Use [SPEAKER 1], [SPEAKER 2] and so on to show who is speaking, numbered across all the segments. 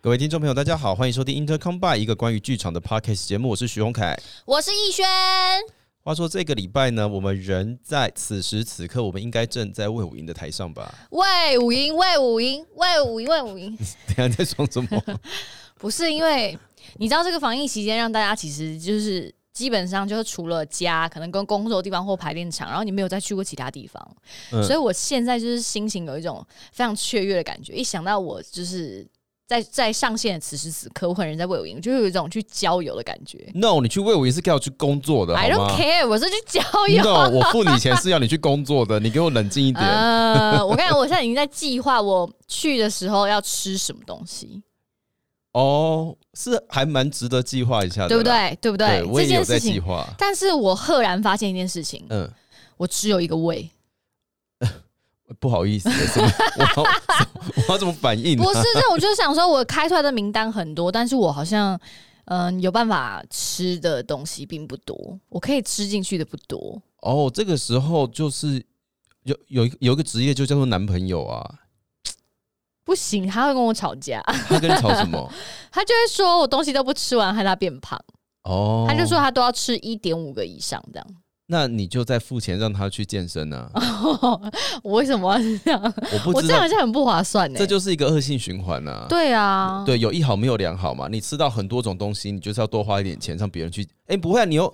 [SPEAKER 1] 各位听众朋友，大家好，欢迎收听 Intercom by 一个关于剧场的 podcast 节目，我是徐宏凯。
[SPEAKER 2] 我是逸轩，
[SPEAKER 1] 话说这个礼拜呢，我们人在此时此刻，我们应该正在魏武营的台上吧？
[SPEAKER 2] 魏武英，魏武英，魏武英，魏武英，
[SPEAKER 1] 等一下你在说什 么？
[SPEAKER 2] 不是因为你知道这个防疫期间，让大家其实就是基本上就是除了家，可能跟工作的地方或排练场，然后你没有再去过其他地方，
[SPEAKER 1] 嗯
[SPEAKER 2] 所以我现在就是心情有一种非常雀跃的感觉，一想到我就是。在在上线的此时此刻，我可能在魏武营，就有一种去郊游的感觉。
[SPEAKER 1] No，你去魏武营是要去工作的，好
[SPEAKER 2] I don't
[SPEAKER 1] 吗
[SPEAKER 2] care，我是去郊游。
[SPEAKER 1] ？No，我付你钱是要你去工作的，你给我冷静一点。
[SPEAKER 2] 呃，我跟你讲，我现在已经在计划我去的时候要吃什么东西。
[SPEAKER 1] 哦，是还蛮值得计划一下的，
[SPEAKER 2] 对不？对？对不
[SPEAKER 1] 对，我
[SPEAKER 2] 这
[SPEAKER 1] 也有
[SPEAKER 2] 件
[SPEAKER 1] 在
[SPEAKER 2] 事
[SPEAKER 1] 计
[SPEAKER 2] 情，
[SPEAKER 1] 划。
[SPEAKER 2] 但是我赫然发现一件事情，
[SPEAKER 1] 嗯，
[SPEAKER 2] 我只有一个胃，
[SPEAKER 1] 不好意思， 什么我要我要怎么反应啊、
[SPEAKER 2] 不是这，我就想说，我开出来的名单很多，但是我好像。嗯，有办法吃的东西并不多，我可以吃进去的不多。
[SPEAKER 1] 哦，这个时候就是有有一个有一个职业就叫做男朋友啊，
[SPEAKER 2] 不行，他会跟我吵架，
[SPEAKER 1] 他跟你吵什么？
[SPEAKER 2] 他就会说我东西都不吃完，害他变胖。
[SPEAKER 1] 哦，
[SPEAKER 2] 他就说他都要吃一点五个以上这样。
[SPEAKER 1] 那你就再付钱让他去健身 啊！
[SPEAKER 2] 我为什么要这样？
[SPEAKER 1] 我不
[SPEAKER 2] 我
[SPEAKER 1] 知
[SPEAKER 2] 这样
[SPEAKER 1] 道
[SPEAKER 2] 好，像很不划算呢、
[SPEAKER 1] 这就是一个恶性循环啊。
[SPEAKER 2] 对啊，
[SPEAKER 1] 对，有一好没有两好嘛。你吃到很多种东西，你就是要多花一点钱让别人去。哎，不会、啊，你又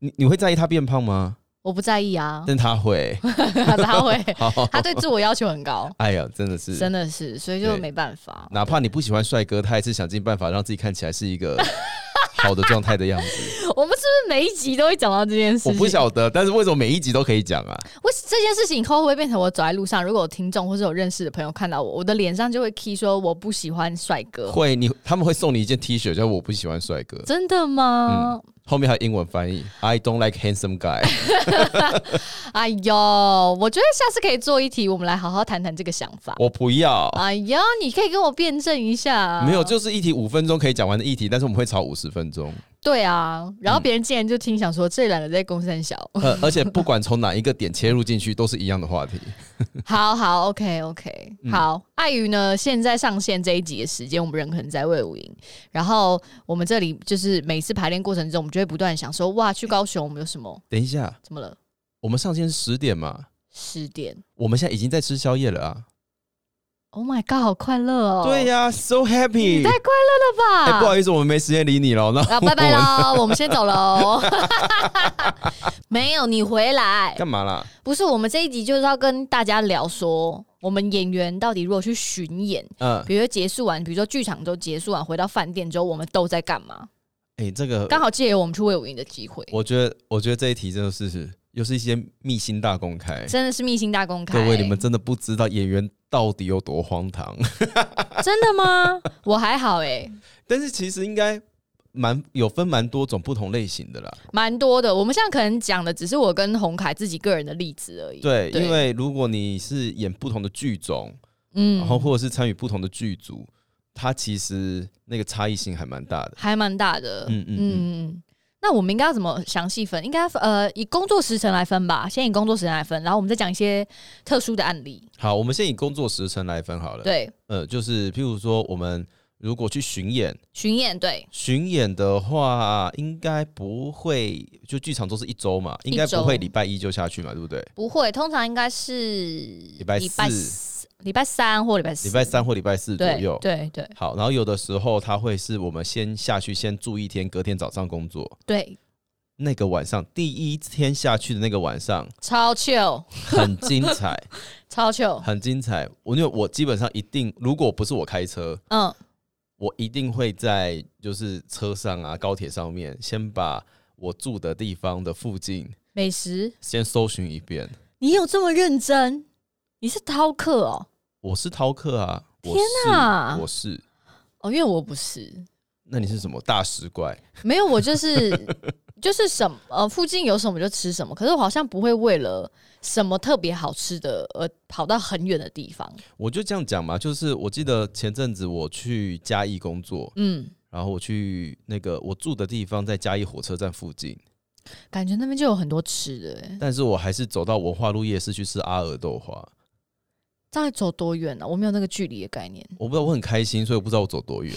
[SPEAKER 1] 你你会在意他变胖吗？
[SPEAKER 2] 我不在意 啊，
[SPEAKER 1] 但他会。
[SPEAKER 2] 他会，
[SPEAKER 1] 好，
[SPEAKER 2] 他对啊自我要求很高。
[SPEAKER 1] 哎呀，真的是，
[SPEAKER 2] 真的是，所以就
[SPEAKER 1] 对
[SPEAKER 2] 没办法。
[SPEAKER 1] 哪怕你不喜欢帅哥，他也是想尽办法让自己看起来是一 个好的状态的样子。
[SPEAKER 2] 我们是不是每一集都会讲到这件事情？
[SPEAKER 1] 我不晓得，但是为什么每一集都可以讲啊？
[SPEAKER 2] 为这件事情以后会不会变成我走在路上，如果有听众或是有认识的朋友看到我，我的脸上就会 key 说我不喜欢帅哥。
[SPEAKER 1] 会，你他们会送你一件 T 恤，叫我不喜欢帅哥，
[SPEAKER 2] 真的吗？
[SPEAKER 1] 后面还有英文翻译，I don't like handsome guy。
[SPEAKER 2] 哎呦，我觉得下次可以做一题，我们来好好谈谈这个想法。
[SPEAKER 1] 我不要。
[SPEAKER 2] 哎呦，你可以跟我辩证一下。
[SPEAKER 1] 没有，就是一题五分钟可以讲完的议题，但是我们会吵五十分 钟。
[SPEAKER 2] 对啊。然后别人竟然就听想说，这两个在公山小。
[SPEAKER 1] 呃，而且不管从哪一个点切入进去，都是一样的话 题。
[SPEAKER 2] 好好，OK OK，好。碍于呢，现在上线这一集的时间，我们人可能在魏武营，然后我们这里就是每次排练过程中，我们就会不断地想说，哇，去高雄我们有什么？
[SPEAKER 1] 等一下，
[SPEAKER 2] 怎么了？
[SPEAKER 1] 我们上线十点嘛，
[SPEAKER 2] 十点
[SPEAKER 1] 我们现在已经在吃宵夜了啊。
[SPEAKER 2] ，Oh my God，好快乐哦！
[SPEAKER 1] 对、呀、s o happy
[SPEAKER 2] 你太。快乐了吧？
[SPEAKER 1] 哎，不好意思，我们没时间理你了。那
[SPEAKER 2] 啊，拜拜喽，我们先走喽。没有，你回来
[SPEAKER 1] 干嘛啦？
[SPEAKER 2] 不是我们这一集就是要跟大家聊说，我们演员到底如果去巡演，
[SPEAKER 1] 嗯，
[SPEAKER 2] 比如说结束完，比如说剧场周结束完，回到饭店之后，我们都在干嘛？
[SPEAKER 1] 哎，这个
[SPEAKER 2] 刚好借由我们去魏武营的机会，
[SPEAKER 1] 我觉得，我觉得这一题真的是又是一些秘辛大公开。
[SPEAKER 2] 真的是密信大公开。
[SPEAKER 1] 各位，你们真的不知道演员到底有多荒唐。
[SPEAKER 2] 真的吗？ 我还好哎、
[SPEAKER 1] 但是其实应该蛮有分蛮多种不同类型的啦。
[SPEAKER 2] 蛮多的。我们现在可能讲的只是我跟洪凯自己个人的例子而已。
[SPEAKER 1] 对，因为如果你是演不同的剧种，
[SPEAKER 2] 嗯，
[SPEAKER 1] 然后或者是参与不同的剧组，它其实那个差异性还蛮大的。
[SPEAKER 2] 还蛮大的。
[SPEAKER 1] 嗯
[SPEAKER 2] 嗯
[SPEAKER 1] 嗯
[SPEAKER 2] 嗯
[SPEAKER 1] 嗯
[SPEAKER 2] 嗯。那我们应该要怎么详细分？应该呃以工作时程来分吧，先以工作时程来分，然后我们再讲一些特殊的案例。
[SPEAKER 1] 好，我们先以工作时程来分好了。，
[SPEAKER 2] 对，
[SPEAKER 1] 呃，就是譬如说，我们如果去巡演，
[SPEAKER 2] 巡演对，
[SPEAKER 1] 巡演的话，应该不会就剧场都是一周嘛，应该
[SPEAKER 2] 一周
[SPEAKER 1] 不会礼拜一就下去嘛，对不对？
[SPEAKER 2] 不会，通常应该是
[SPEAKER 1] 礼拜四
[SPEAKER 2] 四、礼拜三或礼拜四、
[SPEAKER 1] 礼拜三或礼拜四左
[SPEAKER 2] 对
[SPEAKER 1] 右。
[SPEAKER 2] 对对
[SPEAKER 1] 好，然后有的时候它会是我们先下去，先住一天，隔天早上工作。
[SPEAKER 2] 对，
[SPEAKER 1] 那个晚上，第一天下去的那个晚上，
[SPEAKER 2] 超 chill，
[SPEAKER 1] 很精彩，
[SPEAKER 2] 超 chill，
[SPEAKER 1] 很精彩。我因为我基本上一定，如果不是我开车，
[SPEAKER 2] 嗯，
[SPEAKER 1] 我一定会在就是车上啊、高铁上面，先把我住的地方的附近
[SPEAKER 2] 美食，
[SPEAKER 1] 先搜寻一遍。
[SPEAKER 2] 你有这么认真？你是饕客哦？
[SPEAKER 1] 我是饕客啊，我
[SPEAKER 2] 天哪
[SPEAKER 1] 是，我是。
[SPEAKER 2] 哦，因为我不是，
[SPEAKER 1] 那你是什么大食怪？
[SPEAKER 2] 没有，我就是 就是什么呃，附近有什么就吃什么。可是我好像不会为了什么特别好吃的而跑到很远的地方。
[SPEAKER 1] 我就这样讲嘛，就是我记得前阵子我去嘉义工作，
[SPEAKER 2] 嗯，
[SPEAKER 1] 然后我去那个我住的地方在嘉义火车站附近，
[SPEAKER 2] 感觉那边就有很多吃的、欸，
[SPEAKER 1] 但是我还是走到文化路夜市去吃阿尔豆花。
[SPEAKER 2] 大概走多远呢、啊我没有那个距离的概念。
[SPEAKER 1] 我不知道，我很开心，所以我不知道我走多远。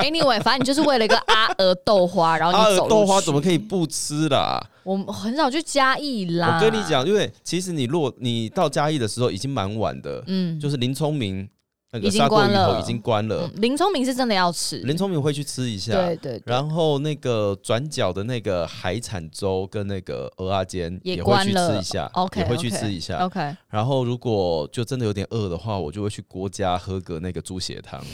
[SPEAKER 2] Anyway，反正你就是为了一个阿娥豆花，然后
[SPEAKER 1] 阿
[SPEAKER 2] 哦你
[SPEAKER 1] 尔
[SPEAKER 2] 走路
[SPEAKER 1] 豆花
[SPEAKER 2] 去
[SPEAKER 1] 怎么可以不吃啦？
[SPEAKER 2] 我们很少去嘉义啦。
[SPEAKER 1] 我跟你，讲，因为其实你落你到嘉义的时候已经蛮晚的，
[SPEAKER 2] 嗯，
[SPEAKER 1] 就是林聪明那
[SPEAKER 2] 已
[SPEAKER 1] 个
[SPEAKER 2] 经
[SPEAKER 1] 砂锅
[SPEAKER 2] 关
[SPEAKER 1] 鱼
[SPEAKER 2] 了
[SPEAKER 1] 头已经关了
[SPEAKER 2] 嗯，林聪明是真的要吃，
[SPEAKER 1] 林聪明会去吃一下
[SPEAKER 2] 对。对对，
[SPEAKER 1] 然后那个转角的那个海产粥跟那个鹅啊煎
[SPEAKER 2] 也
[SPEAKER 1] 会
[SPEAKER 2] 关
[SPEAKER 1] 去
[SPEAKER 2] 了
[SPEAKER 1] 吃一下
[SPEAKER 2] OK，
[SPEAKER 1] 也会去
[SPEAKER 2] OK
[SPEAKER 1] 吃一下。
[SPEAKER 2] OK，
[SPEAKER 1] 然后如果就真的有点饿的话，我就会去郭家喝个那个猪血汤。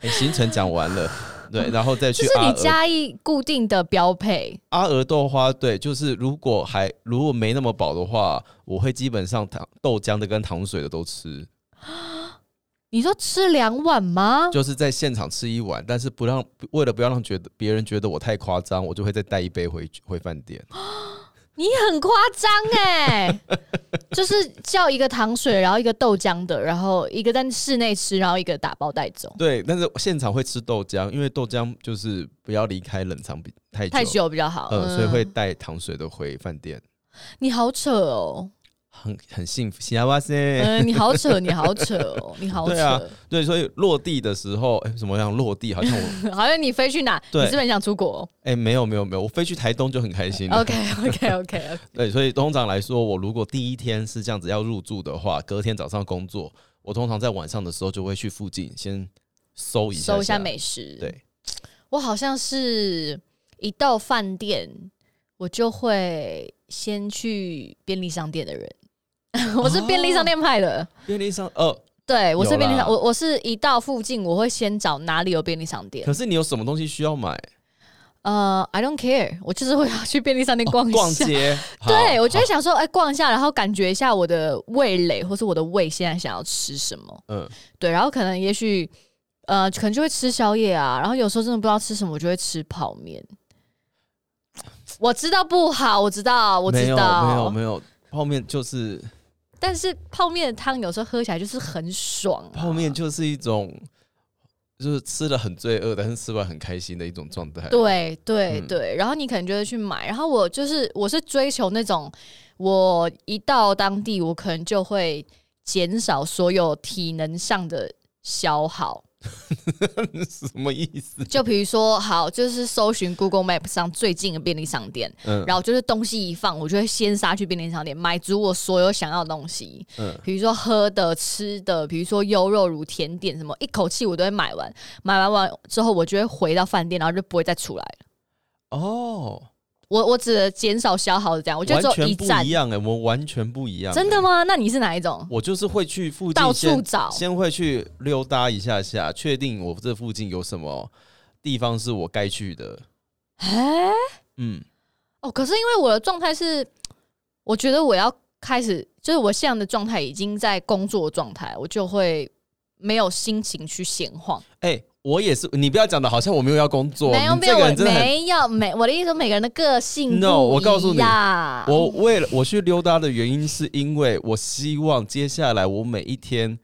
[SPEAKER 1] 哎、行程讲完了， 对，然后再
[SPEAKER 2] 这
[SPEAKER 1] 去
[SPEAKER 2] 是
[SPEAKER 1] 阿
[SPEAKER 2] 你
[SPEAKER 1] 娥
[SPEAKER 2] 嘉义固定的标配。
[SPEAKER 1] 阿娥豆花，对，就是如果还如果没那么饱的话，我会基本上糖豆浆的跟糖水的都吃，
[SPEAKER 2] 你说吃两碗吗？
[SPEAKER 1] 就是在现场吃一碗，但是不让为了不要让觉得别人觉得我太夸张，我就会再带一杯回回饭店。
[SPEAKER 2] 你很夸张哎， 就是叫一个糖水，然后一个豆浆的，然后一个在室内吃，然后一个打包带走，
[SPEAKER 1] 对，但是现场会吃豆浆，因为豆浆就是不要离开冷藏比太久，
[SPEAKER 2] 太久嗯比较好。
[SPEAKER 1] 呃，所以会带糖水的回饭店。
[SPEAKER 2] 你好扯 哦，
[SPEAKER 1] 很很幸福，幸哇塞！
[SPEAKER 2] 嗯，你好扯，你好扯哦，你好
[SPEAKER 1] 对啊
[SPEAKER 2] 扯，
[SPEAKER 1] 对，所以落地的时候，哎、怎么样？落地好像我，
[SPEAKER 2] 好像你飞去哪？你
[SPEAKER 1] 对
[SPEAKER 2] 是不是很想出国
[SPEAKER 1] 哎、没有没有没有，我飞去台东就很开心了。
[SPEAKER 2] ？OK OK OK OK，
[SPEAKER 1] 对，所以通常来说，我如果第一天是这样子要入住的话，隔天早上工作，我通常在晚上的时候就会去附近先搜一下
[SPEAKER 2] 收一下。美食。
[SPEAKER 1] 对，
[SPEAKER 2] 我好像是一到饭店，我就会先去便利商店的人， 我是便利商店派的。
[SPEAKER 1] 便利商呃，
[SPEAKER 2] 对，我是
[SPEAKER 1] 哦有啦
[SPEAKER 2] 便利商，我我是一到附近，我会先找哪里有便利商店
[SPEAKER 1] 可。是你有什么东西需要买？
[SPEAKER 2] 呃，I don't care，我就是会要去便利商店逛一
[SPEAKER 1] 哦
[SPEAKER 2] 下。
[SPEAKER 1] 逛 街。好
[SPEAKER 2] 对，我就会
[SPEAKER 1] 好
[SPEAKER 2] 想说，哎、逛一下，然后感觉一下我的味蕾，或是我的胃现在想要吃什么。
[SPEAKER 1] 嗯，
[SPEAKER 2] 对，然后可能也许，呃，可能就会吃宵夜啊，然后有时候真的不知道吃什么，我就会吃泡面。我知道不好，我知道，我
[SPEAKER 1] 没
[SPEAKER 2] 知
[SPEAKER 1] 有
[SPEAKER 2] 道，
[SPEAKER 1] 没有没有，泡面就是
[SPEAKER 2] 但是泡面的汤有时候喝起来就是很爽、啊，
[SPEAKER 1] 泡面就是一种，就是吃的很罪恶，但是吃完很开心的一种状态。
[SPEAKER 2] 对对
[SPEAKER 1] 嗯
[SPEAKER 2] 对，然后你可能就会去买。然后我就是我是追求那种，我一到当地，我可能就会减少所有体能上的消耗。
[SPEAKER 1] 什么意思？
[SPEAKER 2] 就比如说，好，就是搜寻 Google Map 上最近的便利商店，
[SPEAKER 1] 嗯
[SPEAKER 2] 然后就是东西一放，我就会先杀去便利商店买足我所有想要的东西，
[SPEAKER 1] 嗯，
[SPEAKER 2] 比如说喝的、吃的，比如说优肉乳、甜点什么，一口气我都会买完。买完完之后，我就会回到饭店，然后就不会再出来。
[SPEAKER 1] 哦，
[SPEAKER 2] 我我指的减少消耗是这样，我觉得
[SPEAKER 1] 完
[SPEAKER 2] 只有
[SPEAKER 1] 全
[SPEAKER 2] 一
[SPEAKER 1] 不
[SPEAKER 2] 站
[SPEAKER 1] 一，样哎、我们完全不一样、
[SPEAKER 2] 真的
[SPEAKER 1] 吗？
[SPEAKER 2] 吗？那你是哪一种？
[SPEAKER 1] 我就是会去附近
[SPEAKER 2] 到
[SPEAKER 1] 先
[SPEAKER 2] 处找
[SPEAKER 1] 先会去溜达一下下，确定我这附近有什么地方是我该去的。
[SPEAKER 2] 哎、
[SPEAKER 1] 嗯，
[SPEAKER 2] 哦，可是因为我的状态是，我觉得我要开始，就是我现在的状态已经在工作状态，我就会没有心情去闲晃。
[SPEAKER 1] 哎、我也是，你不要讲的好像我没有要工作，
[SPEAKER 2] 没有
[SPEAKER 1] 你
[SPEAKER 2] 没
[SPEAKER 1] 这
[SPEAKER 2] 有，
[SPEAKER 1] 个
[SPEAKER 2] 我
[SPEAKER 1] 人真的很。
[SPEAKER 2] 没有每我的意思说每个人的个性
[SPEAKER 1] No，
[SPEAKER 2] 不
[SPEAKER 1] 我告诉你
[SPEAKER 2] 一样
[SPEAKER 1] 我为了我去溜达的原因，是因为我希望接下来我每一天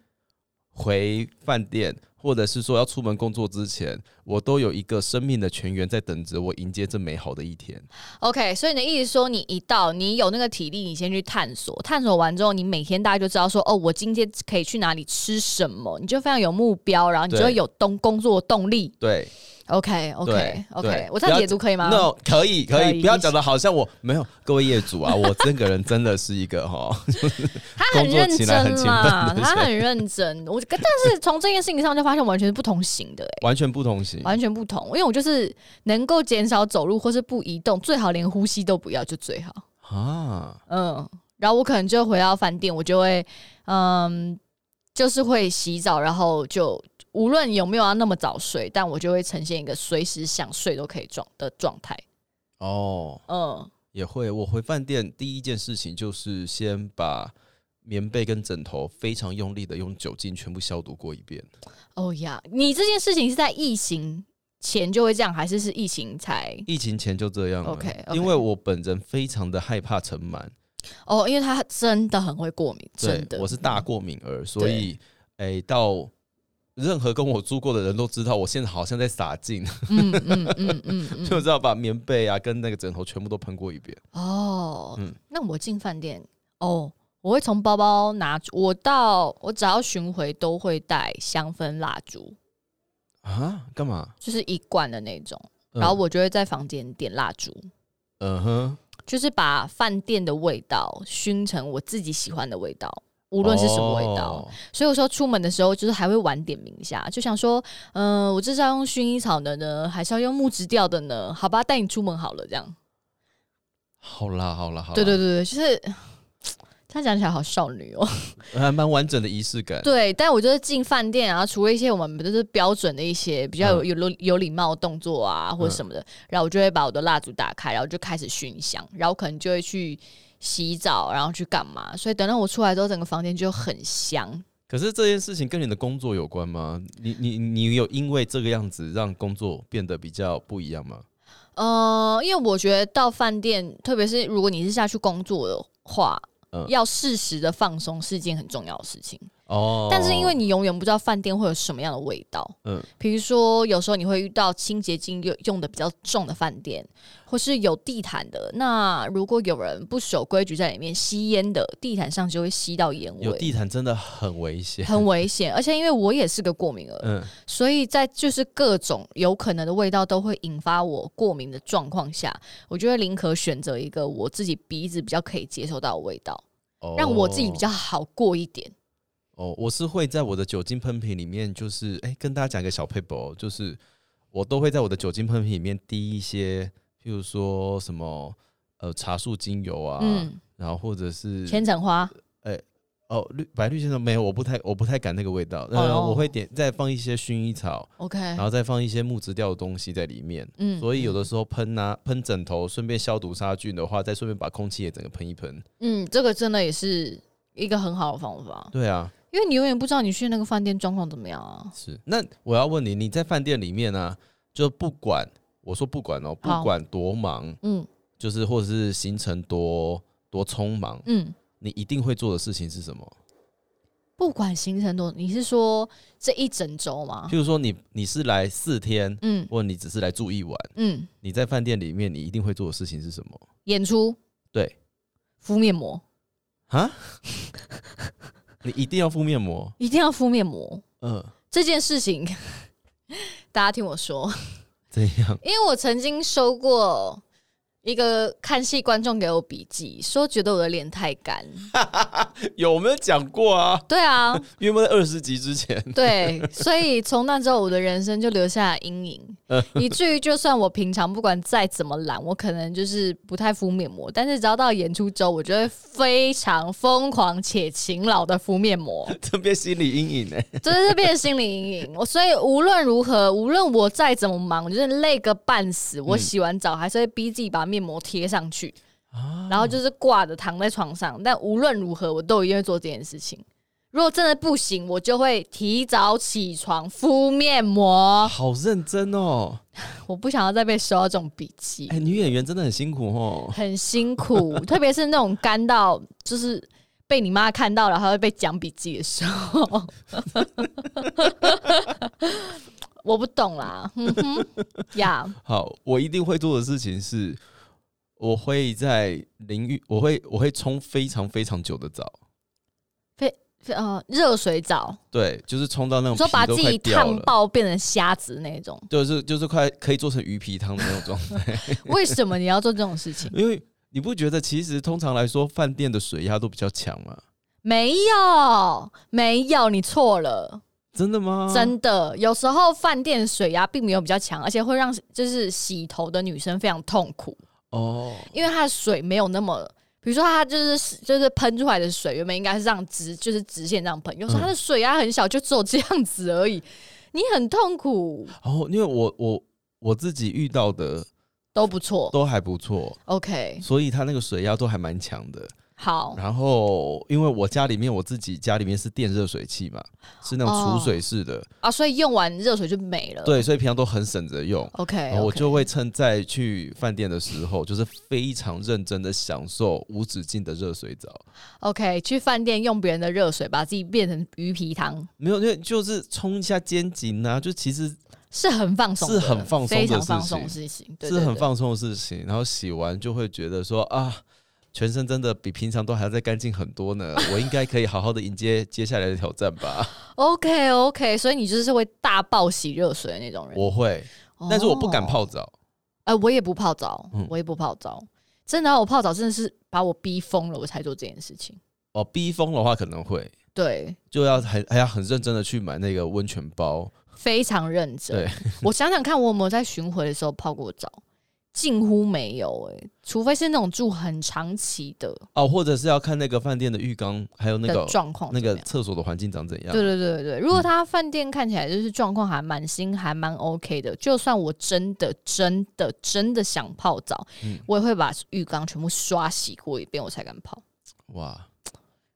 [SPEAKER 1] 回饭店，或者是说要出门工作之前，我都有一个生命的泉源在等着我迎接这美好的一天。
[SPEAKER 2] OK，所以你的意思说，你一到你有那个体力，你先去探索，探索完之后，你每天大概就知道说，哦，我今天可以去哪里吃什么，你就非常有目标，然后你就
[SPEAKER 1] 对
[SPEAKER 2] 会有动工作动力。
[SPEAKER 1] 对
[SPEAKER 2] OK OK
[SPEAKER 1] 对
[SPEAKER 2] OK，
[SPEAKER 1] 对
[SPEAKER 2] 我这样解读可以吗？
[SPEAKER 1] ，No，可以可
[SPEAKER 2] 可
[SPEAKER 1] 以，
[SPEAKER 2] 以
[SPEAKER 1] 不要讲的好像我没有。各位业主啊，我这个人真的是一个哈，
[SPEAKER 2] 他很认
[SPEAKER 1] 工作起来很
[SPEAKER 2] 真
[SPEAKER 1] 勤
[SPEAKER 2] 啦，
[SPEAKER 1] 奋的
[SPEAKER 2] 他
[SPEAKER 1] 人
[SPEAKER 2] 很认真。我但是从这件事情上就发现完全是不同型的、欸，
[SPEAKER 1] 完全不同型。
[SPEAKER 2] 完全不同。因为我就是能够减少走路或是不移动，最好连呼吸都不要就最好。
[SPEAKER 1] 啊，
[SPEAKER 2] 嗯，然后我可能就回到饭店，我就会，嗯，就是会洗澡，然后就无论有没有要那么早睡，但我就会呈现一个随时想睡都可以状的状态。
[SPEAKER 1] 哦，
[SPEAKER 2] 嗯，
[SPEAKER 1] 也会。我回饭店第一件事情就是先把棉被跟枕头非常用力的用酒精全部消毒过一遍。
[SPEAKER 2] 哦呀，你这件事情是在疫情前就会这样，还是是疫情才？
[SPEAKER 1] 疫情前就这样了
[SPEAKER 2] OK，OK
[SPEAKER 1] 因为我本人非常的害怕尘螨，
[SPEAKER 2] 哦，因为他真的很会过敏，真
[SPEAKER 1] 对，
[SPEAKER 2] 的，
[SPEAKER 1] 我是大过敏儿，所以诶、到任何跟我住过的人都知道，我现在好像在撒劲，
[SPEAKER 2] 嗯嗯嗯嗯嗯，
[SPEAKER 1] 就知道把棉被啊跟那个枕头全部都喷过一遍。
[SPEAKER 2] 哦，
[SPEAKER 1] 嗯
[SPEAKER 2] 那我进饭店哦，我会从包包拿出，我到我只要巡回都会带香氛蜡烛，
[SPEAKER 1] 啊？干嘛？
[SPEAKER 2] 就是一罐的那种，
[SPEAKER 1] 嗯
[SPEAKER 2] 然后我就会在房间点蜡烛，
[SPEAKER 1] 嗯哼，
[SPEAKER 2] 就是把饭店的味道熏成我自己喜欢的味道，无论是什么味道。
[SPEAKER 1] 哦
[SPEAKER 2] 所以我说出门的时候，就是还会晚点名一下，就想说，嗯、我这是要用薰衣草的呢，还是要用木质调的呢？好吧，带你出门好了，这样。
[SPEAKER 1] 好啦，好啦，好啦，
[SPEAKER 2] 对对对对，就是。 他讲起来好少女哦，
[SPEAKER 1] 对，还蛮完整的仪式感。
[SPEAKER 2] 对，但我就是进饭店啊，然后除了一些我们就是标准的一些比较有有有有礼貌的动作啊，或者什么的，然后我就会把我的蜡烛打开，然后就开始熏香，然后可能就会去洗澡，然后去干嘛，所以等到我出来之后，整个房间就很香，
[SPEAKER 1] 可是这件事情跟你的工作有关吗？你你你有因为这个样子让工作变得比较不一样吗？
[SPEAKER 2] 呃，因为我觉得到饭店，特别是如果你是下去工作的话，
[SPEAKER 1] 嗯
[SPEAKER 2] 要适时的放松是一件很重要的事情。
[SPEAKER 1] 哦，
[SPEAKER 2] 但是因为你永远不知道饭店会有什么样的味道，
[SPEAKER 1] 嗯
[SPEAKER 2] 比如说有时候你会遇到清洁剂用用的比较重的饭店，或是有地毯的。那如果有人不守规矩在里面吸烟的，地毯上就会吸到烟
[SPEAKER 1] 有
[SPEAKER 2] 味。
[SPEAKER 1] 地毯真的很危险。
[SPEAKER 2] 很危险，而且因为我也是个过敏儿，
[SPEAKER 1] 嗯，
[SPEAKER 2] 所以在就是各种有可能的味道都会引发我过敏的状况下，我就会宁可选择一个我自己鼻子比较可以接受到的味道，
[SPEAKER 1] 哦
[SPEAKER 2] 让我自己比较好过一点。
[SPEAKER 1] 哦，我是会在我的酒精喷瓶里面，就是哎、跟大家讲一个小 paper，就是哦我都会在我的酒精喷瓶里面滴一些，譬如说什么呃茶树精油啊，
[SPEAKER 2] 嗯，
[SPEAKER 1] 然后或者是
[SPEAKER 2] 千层花，
[SPEAKER 1] 哦绿白绿先生没有，我不太我不太敢那个味道，呃，
[SPEAKER 2] 哦
[SPEAKER 1] 我会点再放一些薰衣草，
[SPEAKER 2] OK，
[SPEAKER 1] 然后再放一些木质调的东西在里面。
[SPEAKER 2] 哎嗯
[SPEAKER 1] 所以有的时候喷啊，喷枕头，顺便消毒杀菌的话，再顺便把空气也整个喷一喷。
[SPEAKER 2] 嗯，这个真的也是一个很好的方法，
[SPEAKER 1] 对啊，
[SPEAKER 2] 因为你永远不知道你去那个饭店状况怎么样啊。
[SPEAKER 1] 是。那我要问你，你在饭店里面呢、就不管我说不管哦，不
[SPEAKER 2] 好
[SPEAKER 1] 管多忙，
[SPEAKER 2] 嗯
[SPEAKER 1] 就是或者是行程多多匆忙，
[SPEAKER 2] 嗯，
[SPEAKER 1] 你一定会做的事情是什么？
[SPEAKER 2] 不管行程多，你是说这一整周吗
[SPEAKER 1] 譬？如说你你是来四天，
[SPEAKER 2] 嗯
[SPEAKER 1] 或你只是来住一晚，
[SPEAKER 2] 嗯，
[SPEAKER 1] 你在饭店里面你一定会做的事情是什么？
[SPEAKER 2] 演出
[SPEAKER 1] 对
[SPEAKER 2] 敷面膜，
[SPEAKER 1] 啊， 你一定要敷面膜，
[SPEAKER 2] 一定要敷面膜。
[SPEAKER 1] 嗯、
[SPEAKER 2] 这件事情， 大家听我说，
[SPEAKER 1] 怎样？
[SPEAKER 2] 因为我曾经收过一个看戏观众给我笔记，说觉得我的脸太干。
[SPEAKER 1] 有没有讲过啊？
[SPEAKER 2] 对啊，
[SPEAKER 1] 因为在二十集之前，
[SPEAKER 2] 对，所以从那之后，我的人生就留下了阴影，以至于就算我平常不管再怎么懒，我可能就是不太敷面膜，但是只要到演出周，我就会非常疯狂且勤劳的敷面膜。
[SPEAKER 1] 这边心理阴影呢、
[SPEAKER 2] 真的是变成心理阴影。我所以无论如何，无论我再怎么忙，我就是累个半死。我洗完澡还是会逼自己把面膜贴上去，然后就是挂着躺在床上。但无论如何，我都一定会做这件事情。如果真的不行，我就会提早起床敷面膜。
[SPEAKER 1] 好认真哦！
[SPEAKER 2] 我不想要再被收到这种笔记
[SPEAKER 1] 哎、，女演员真的很辛苦 哦。
[SPEAKER 2] 很辛苦， 特别是那种干到就是。被你妈看到，然后会被讲笔记的时候， 我不懂啦，嗯哼，呀、
[SPEAKER 1] 好，我一定会做的事情是，我会在淋浴，我会我会冲非常非常久的澡，
[SPEAKER 2] 呃，热水澡，
[SPEAKER 1] 对，就是冲到那
[SPEAKER 2] 说
[SPEAKER 1] 种
[SPEAKER 2] 把
[SPEAKER 1] 皮
[SPEAKER 2] 自
[SPEAKER 1] 都快
[SPEAKER 2] 己
[SPEAKER 1] 掉
[SPEAKER 2] 烫
[SPEAKER 1] 了，
[SPEAKER 2] 爆变成瞎子那种，
[SPEAKER 1] 就是就是快可以做成鱼皮汤的那种状态。
[SPEAKER 2] 为什么你要做这种事情？
[SPEAKER 1] 因为你不觉得其实通常来说，饭店的水压都比较强吗？
[SPEAKER 2] 没有，没有，你错了，
[SPEAKER 1] 真的吗？
[SPEAKER 2] 真的，有时候饭店水压并没有比较强，而且会让就是洗头的女生非常痛苦。
[SPEAKER 1] 哦，
[SPEAKER 2] 因为它的水没有那么，比如说它就是就是喷出来的水，原本应该是这样直，就是直线这样喷，有
[SPEAKER 1] 嗯
[SPEAKER 2] 时候它的水压很小，就只有这样子而已，你很痛苦
[SPEAKER 1] 哦，因为我我我自己遇到的
[SPEAKER 2] 都不错。
[SPEAKER 1] 都还不错，
[SPEAKER 2] OK，
[SPEAKER 1] 所以它那个水压都还蛮强的。
[SPEAKER 2] 好，
[SPEAKER 1] 然后，因为我家里面我自己家里面是电热水器嘛，是那
[SPEAKER 2] 哦
[SPEAKER 1] 种储水式的，
[SPEAKER 2] 啊，所以用完热水就没了。
[SPEAKER 1] 对，所以平常都很省着用。
[SPEAKER 2] 呃哦，OK，,
[SPEAKER 1] 然后我就会趁在去饭店的时候，就是非常认真的享受无止境的热水澡。
[SPEAKER 2] OK 去饭店用别人的热水，把自己变成鱼皮汤，
[SPEAKER 1] 没有，因为就是冲一下肩颈啊，就其实
[SPEAKER 2] 是很放松的，
[SPEAKER 1] 是很放松的
[SPEAKER 2] 非常
[SPEAKER 1] 事
[SPEAKER 2] 放松的
[SPEAKER 1] 情
[SPEAKER 2] 事情，对
[SPEAKER 1] 是
[SPEAKER 2] 对
[SPEAKER 1] 很
[SPEAKER 2] 对
[SPEAKER 1] 放松的事情。然后洗完就会觉得说啊，全身真的比平常都还要再干净很多呢。我应该可以好好的迎接接下来的挑战 吧？
[SPEAKER 2] OK OK，所以你就是会大爆洗热水的那种人。
[SPEAKER 1] 我会，
[SPEAKER 2] 哦
[SPEAKER 1] 但是我不敢泡澡。
[SPEAKER 2] 哎、我也不泡澡，
[SPEAKER 1] 嗯
[SPEAKER 2] 我也不泡澡。真的啊、我泡澡真的是把我逼疯了，我才做这件事情。
[SPEAKER 1] 哦，逼疯的话可能会
[SPEAKER 2] 对，
[SPEAKER 1] 就要很还要很认真的去买那个温泉包。
[SPEAKER 2] 非常认真
[SPEAKER 1] 对。
[SPEAKER 2] 我想想看，我有没有在巡回的时候泡过澡？近乎没有哎、除非是那种住很长期的
[SPEAKER 1] 哦，或者是要看那个饭店的浴缸，还有那
[SPEAKER 2] 的
[SPEAKER 1] 个
[SPEAKER 2] 状况
[SPEAKER 1] 那
[SPEAKER 2] 怎么
[SPEAKER 1] 个
[SPEAKER 2] 样
[SPEAKER 1] 厕所的环境长怎样嗯
[SPEAKER 2] 对。对对对对，如果他饭店看起来就是状况还蛮新，还蛮 OK 的，就算我真的真的真的想泡澡，
[SPEAKER 1] 嗯
[SPEAKER 2] 我也会把浴缸全部刷洗过一遍，我才敢泡，
[SPEAKER 1] 哇，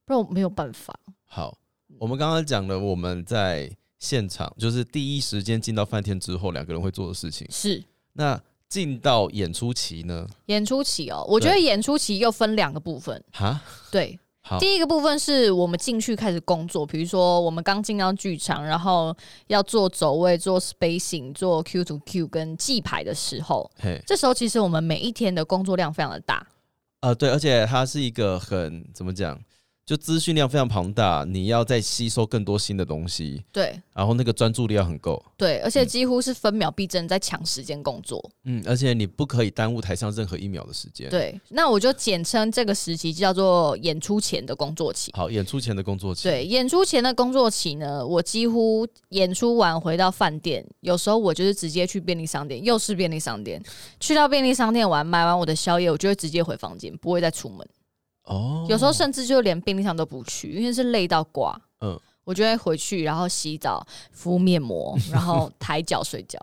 [SPEAKER 2] 不然我没有办法。
[SPEAKER 1] 好，我们刚刚讲了我们在现场就是第一时间进到饭店之后两个人会做的事情。
[SPEAKER 2] 是
[SPEAKER 1] 那进到演出期呢？
[SPEAKER 2] 演出期哦，我觉得演出期又分两个部分，
[SPEAKER 1] 哈，
[SPEAKER 2] 对，
[SPEAKER 1] 好，
[SPEAKER 2] 第一个部分是我们进去开始工作，比如说我们刚进到剧场，然后要做走位、做 spacing、做 Q to Q 跟记牌的时候，
[SPEAKER 1] 嘿，
[SPEAKER 2] 这时候其实我们每一天的工作量非常的大，
[SPEAKER 1] 啊，对，而且它是一个很怎么讲，就资讯量非常庞大，你要再吸收更多新的东西，
[SPEAKER 2] 对
[SPEAKER 1] 然后那个专注力要很够。
[SPEAKER 2] 对，而且几乎是分秒必争在抢时间工作。
[SPEAKER 1] 嗯，而且你不可以耽误台上任何一秒的时间。，
[SPEAKER 2] 对，那我就简称这个时期叫做演出前的工作期。
[SPEAKER 1] 好，演出前的工作期。
[SPEAKER 2] 对，，演出前的工作期呢，我几乎演出完回到饭店，有时候我就是直接去便利商店，又是便利商店，去到便利商店玩，买完我的宵夜，我就会直接回房间，不会再出门。
[SPEAKER 1] 哦，
[SPEAKER 2] 有时候甚至就连便利商店都不去，因为是累到挂。
[SPEAKER 1] 嗯
[SPEAKER 2] 我就会回去，然后洗澡、敷面膜，然后抬脚睡觉，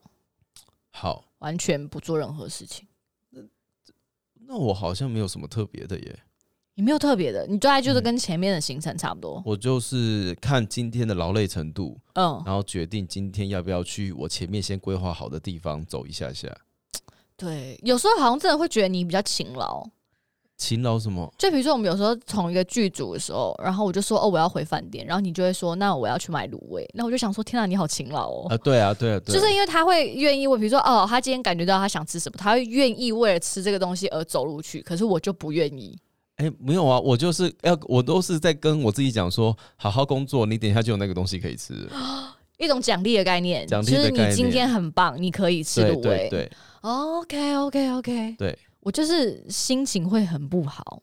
[SPEAKER 1] 好，
[SPEAKER 2] 完全不做任何事情。
[SPEAKER 1] 那我好像没有什么特别的耶，
[SPEAKER 2] 也没有特别的，你大概
[SPEAKER 1] 嗯
[SPEAKER 2] 就是跟前面的行程差不多。
[SPEAKER 1] 我就是看今天的劳累程度，
[SPEAKER 2] 嗯，
[SPEAKER 1] 然后决定今天要不要去我前面先规划好的地方走一下下。
[SPEAKER 2] 对，有时候好像真的会觉得你比较勤劳，
[SPEAKER 1] 勤劳什么？
[SPEAKER 2] 就比如说，我们有时候同一个剧组的时候，然后我就说哦，我要回饭店，然后你就会说那我要去买卤味，那我就想说天啊，你好勤劳哦。
[SPEAKER 1] 啊，对啊，对啊，对
[SPEAKER 2] 就
[SPEAKER 1] 啊
[SPEAKER 2] 是因为他会愿意为，比如说哦，他今天感觉到他想吃什么，他会愿意为了吃这个东西而走路去，可是我就不愿意。
[SPEAKER 1] 哎、没有啊，我就是要，我都是在跟我自己讲说，好好工作，你等一下就有那个东西可以吃了。
[SPEAKER 2] 一种奖励的概念，
[SPEAKER 1] 奖励
[SPEAKER 2] 就
[SPEAKER 1] 的
[SPEAKER 2] 是
[SPEAKER 1] 概念
[SPEAKER 2] 你今天很棒，你可以吃
[SPEAKER 1] 对
[SPEAKER 2] 卤
[SPEAKER 1] 对
[SPEAKER 2] 味。
[SPEAKER 1] 对
[SPEAKER 2] OK OK OK，
[SPEAKER 1] 对，
[SPEAKER 2] 我就是心情会很不好，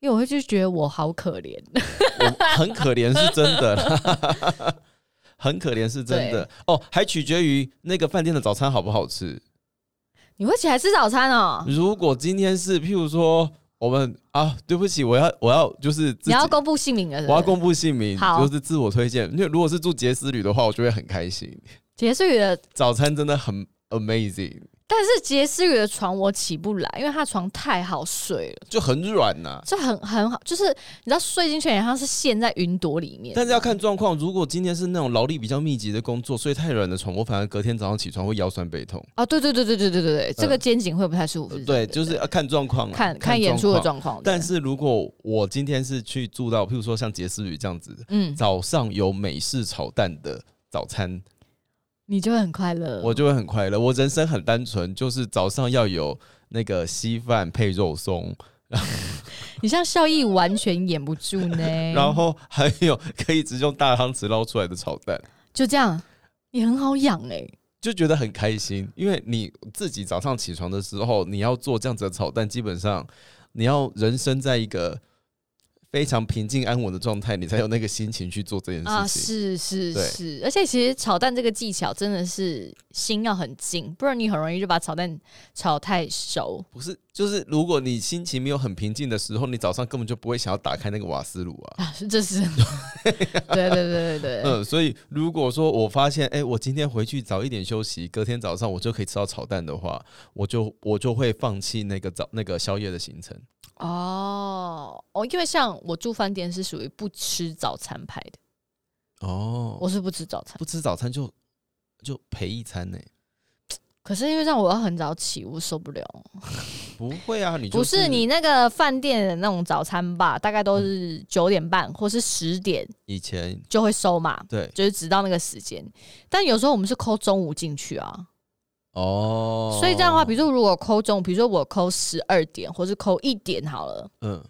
[SPEAKER 2] 因为我会就觉得我好可怜。
[SPEAKER 1] 我很可怜是真的 啦，很可怜是真的哦，还取决于那个饭店的早餐好不好吃。
[SPEAKER 2] 你会起来吃早餐哦？
[SPEAKER 1] 如果今天是譬如说我们啊，对不起，我要我要就是自己
[SPEAKER 2] 你要公布姓名了是不是？
[SPEAKER 1] 我要公布姓名，
[SPEAKER 2] 好
[SPEAKER 1] 就是自我推荐。因为如果是住杰斯旅的话，我就会很开心。
[SPEAKER 2] 结束语的
[SPEAKER 1] 早餐真的很 amazing，
[SPEAKER 2] 但是杰思雨的床我起不来，因为他的床太好睡了，
[SPEAKER 1] 就很软呐、
[SPEAKER 2] 就很很好，就是你知道睡进去好像是陷在云朵里面。
[SPEAKER 1] 但是要看状况，如果今天是那种劳力比较密集的工作，所以太软的床，我反而隔天早上起床会腰酸背痛。
[SPEAKER 2] 哦，对对对对对对对对，这个肩颈会不太舒服。
[SPEAKER 1] 呃
[SPEAKER 2] 真的
[SPEAKER 1] 对，就是要看状况啦，
[SPEAKER 2] 看看演出的
[SPEAKER 1] 况。
[SPEAKER 2] 状况。
[SPEAKER 1] 但
[SPEAKER 2] 对
[SPEAKER 1] 是如果我今天是去住到，譬如说像杰斯旅这样子，
[SPEAKER 2] 嗯，
[SPEAKER 1] 早上有美式炒蛋的早餐，
[SPEAKER 2] 你就会很快乐。
[SPEAKER 1] 我就会很快乐。我人生很单纯，就是早上要有那个稀饭配肉松，
[SPEAKER 2] 你像孝义完全掩不住呢。
[SPEAKER 1] 然后还有可以直接用大汤匙捞出来的炒蛋，
[SPEAKER 2] 就这样，你很好养哎、
[SPEAKER 1] 就觉得很开心。因为你自己早上起床的时候，你要做这样子的炒蛋，基本上你要人生在一个非常平静安稳的状态，你才有那个心情去做这件
[SPEAKER 2] 啊，
[SPEAKER 1] 事情。
[SPEAKER 2] 是是
[SPEAKER 1] 对
[SPEAKER 2] 是，而且其实炒蛋这个技巧真的是心要很静，不然你很容易就把炒蛋炒太熟。
[SPEAKER 1] 不是，就是如果你心情没有很平静的时候，你早上根本就不会想要打开那个瓦斯炉啊。
[SPEAKER 2] 啊，是这是，对对对对 对，
[SPEAKER 1] 嗯，所以如果说我发现，哎、我今天回去早一点休息，隔天早上我就可以吃到炒蛋的话，我就我就会放弃那个早那个宵夜的行程。
[SPEAKER 2] 哦哦，因为像我住饭店是属于不吃早餐派的，
[SPEAKER 1] 哦，
[SPEAKER 2] 我是不吃早餐，
[SPEAKER 1] 不吃早餐就就陪一餐呢、
[SPEAKER 2] 可是因为让我要很早起，我受不了。
[SPEAKER 1] 不会啊，你、就
[SPEAKER 2] 不是你那个饭店的那种早餐吧，大概
[SPEAKER 1] 嗯
[SPEAKER 2] 都是九点半或是十点
[SPEAKER 1] 以前
[SPEAKER 2] 就会收嘛，
[SPEAKER 1] 对
[SPEAKER 2] 就是直到那个时间。但有时候我们是抠中午进去啊，
[SPEAKER 1] 哦，
[SPEAKER 2] 所以这样的话，比如说如果扣中，比如说我扣十二点，或是扣一点好了，
[SPEAKER 1] 嗯，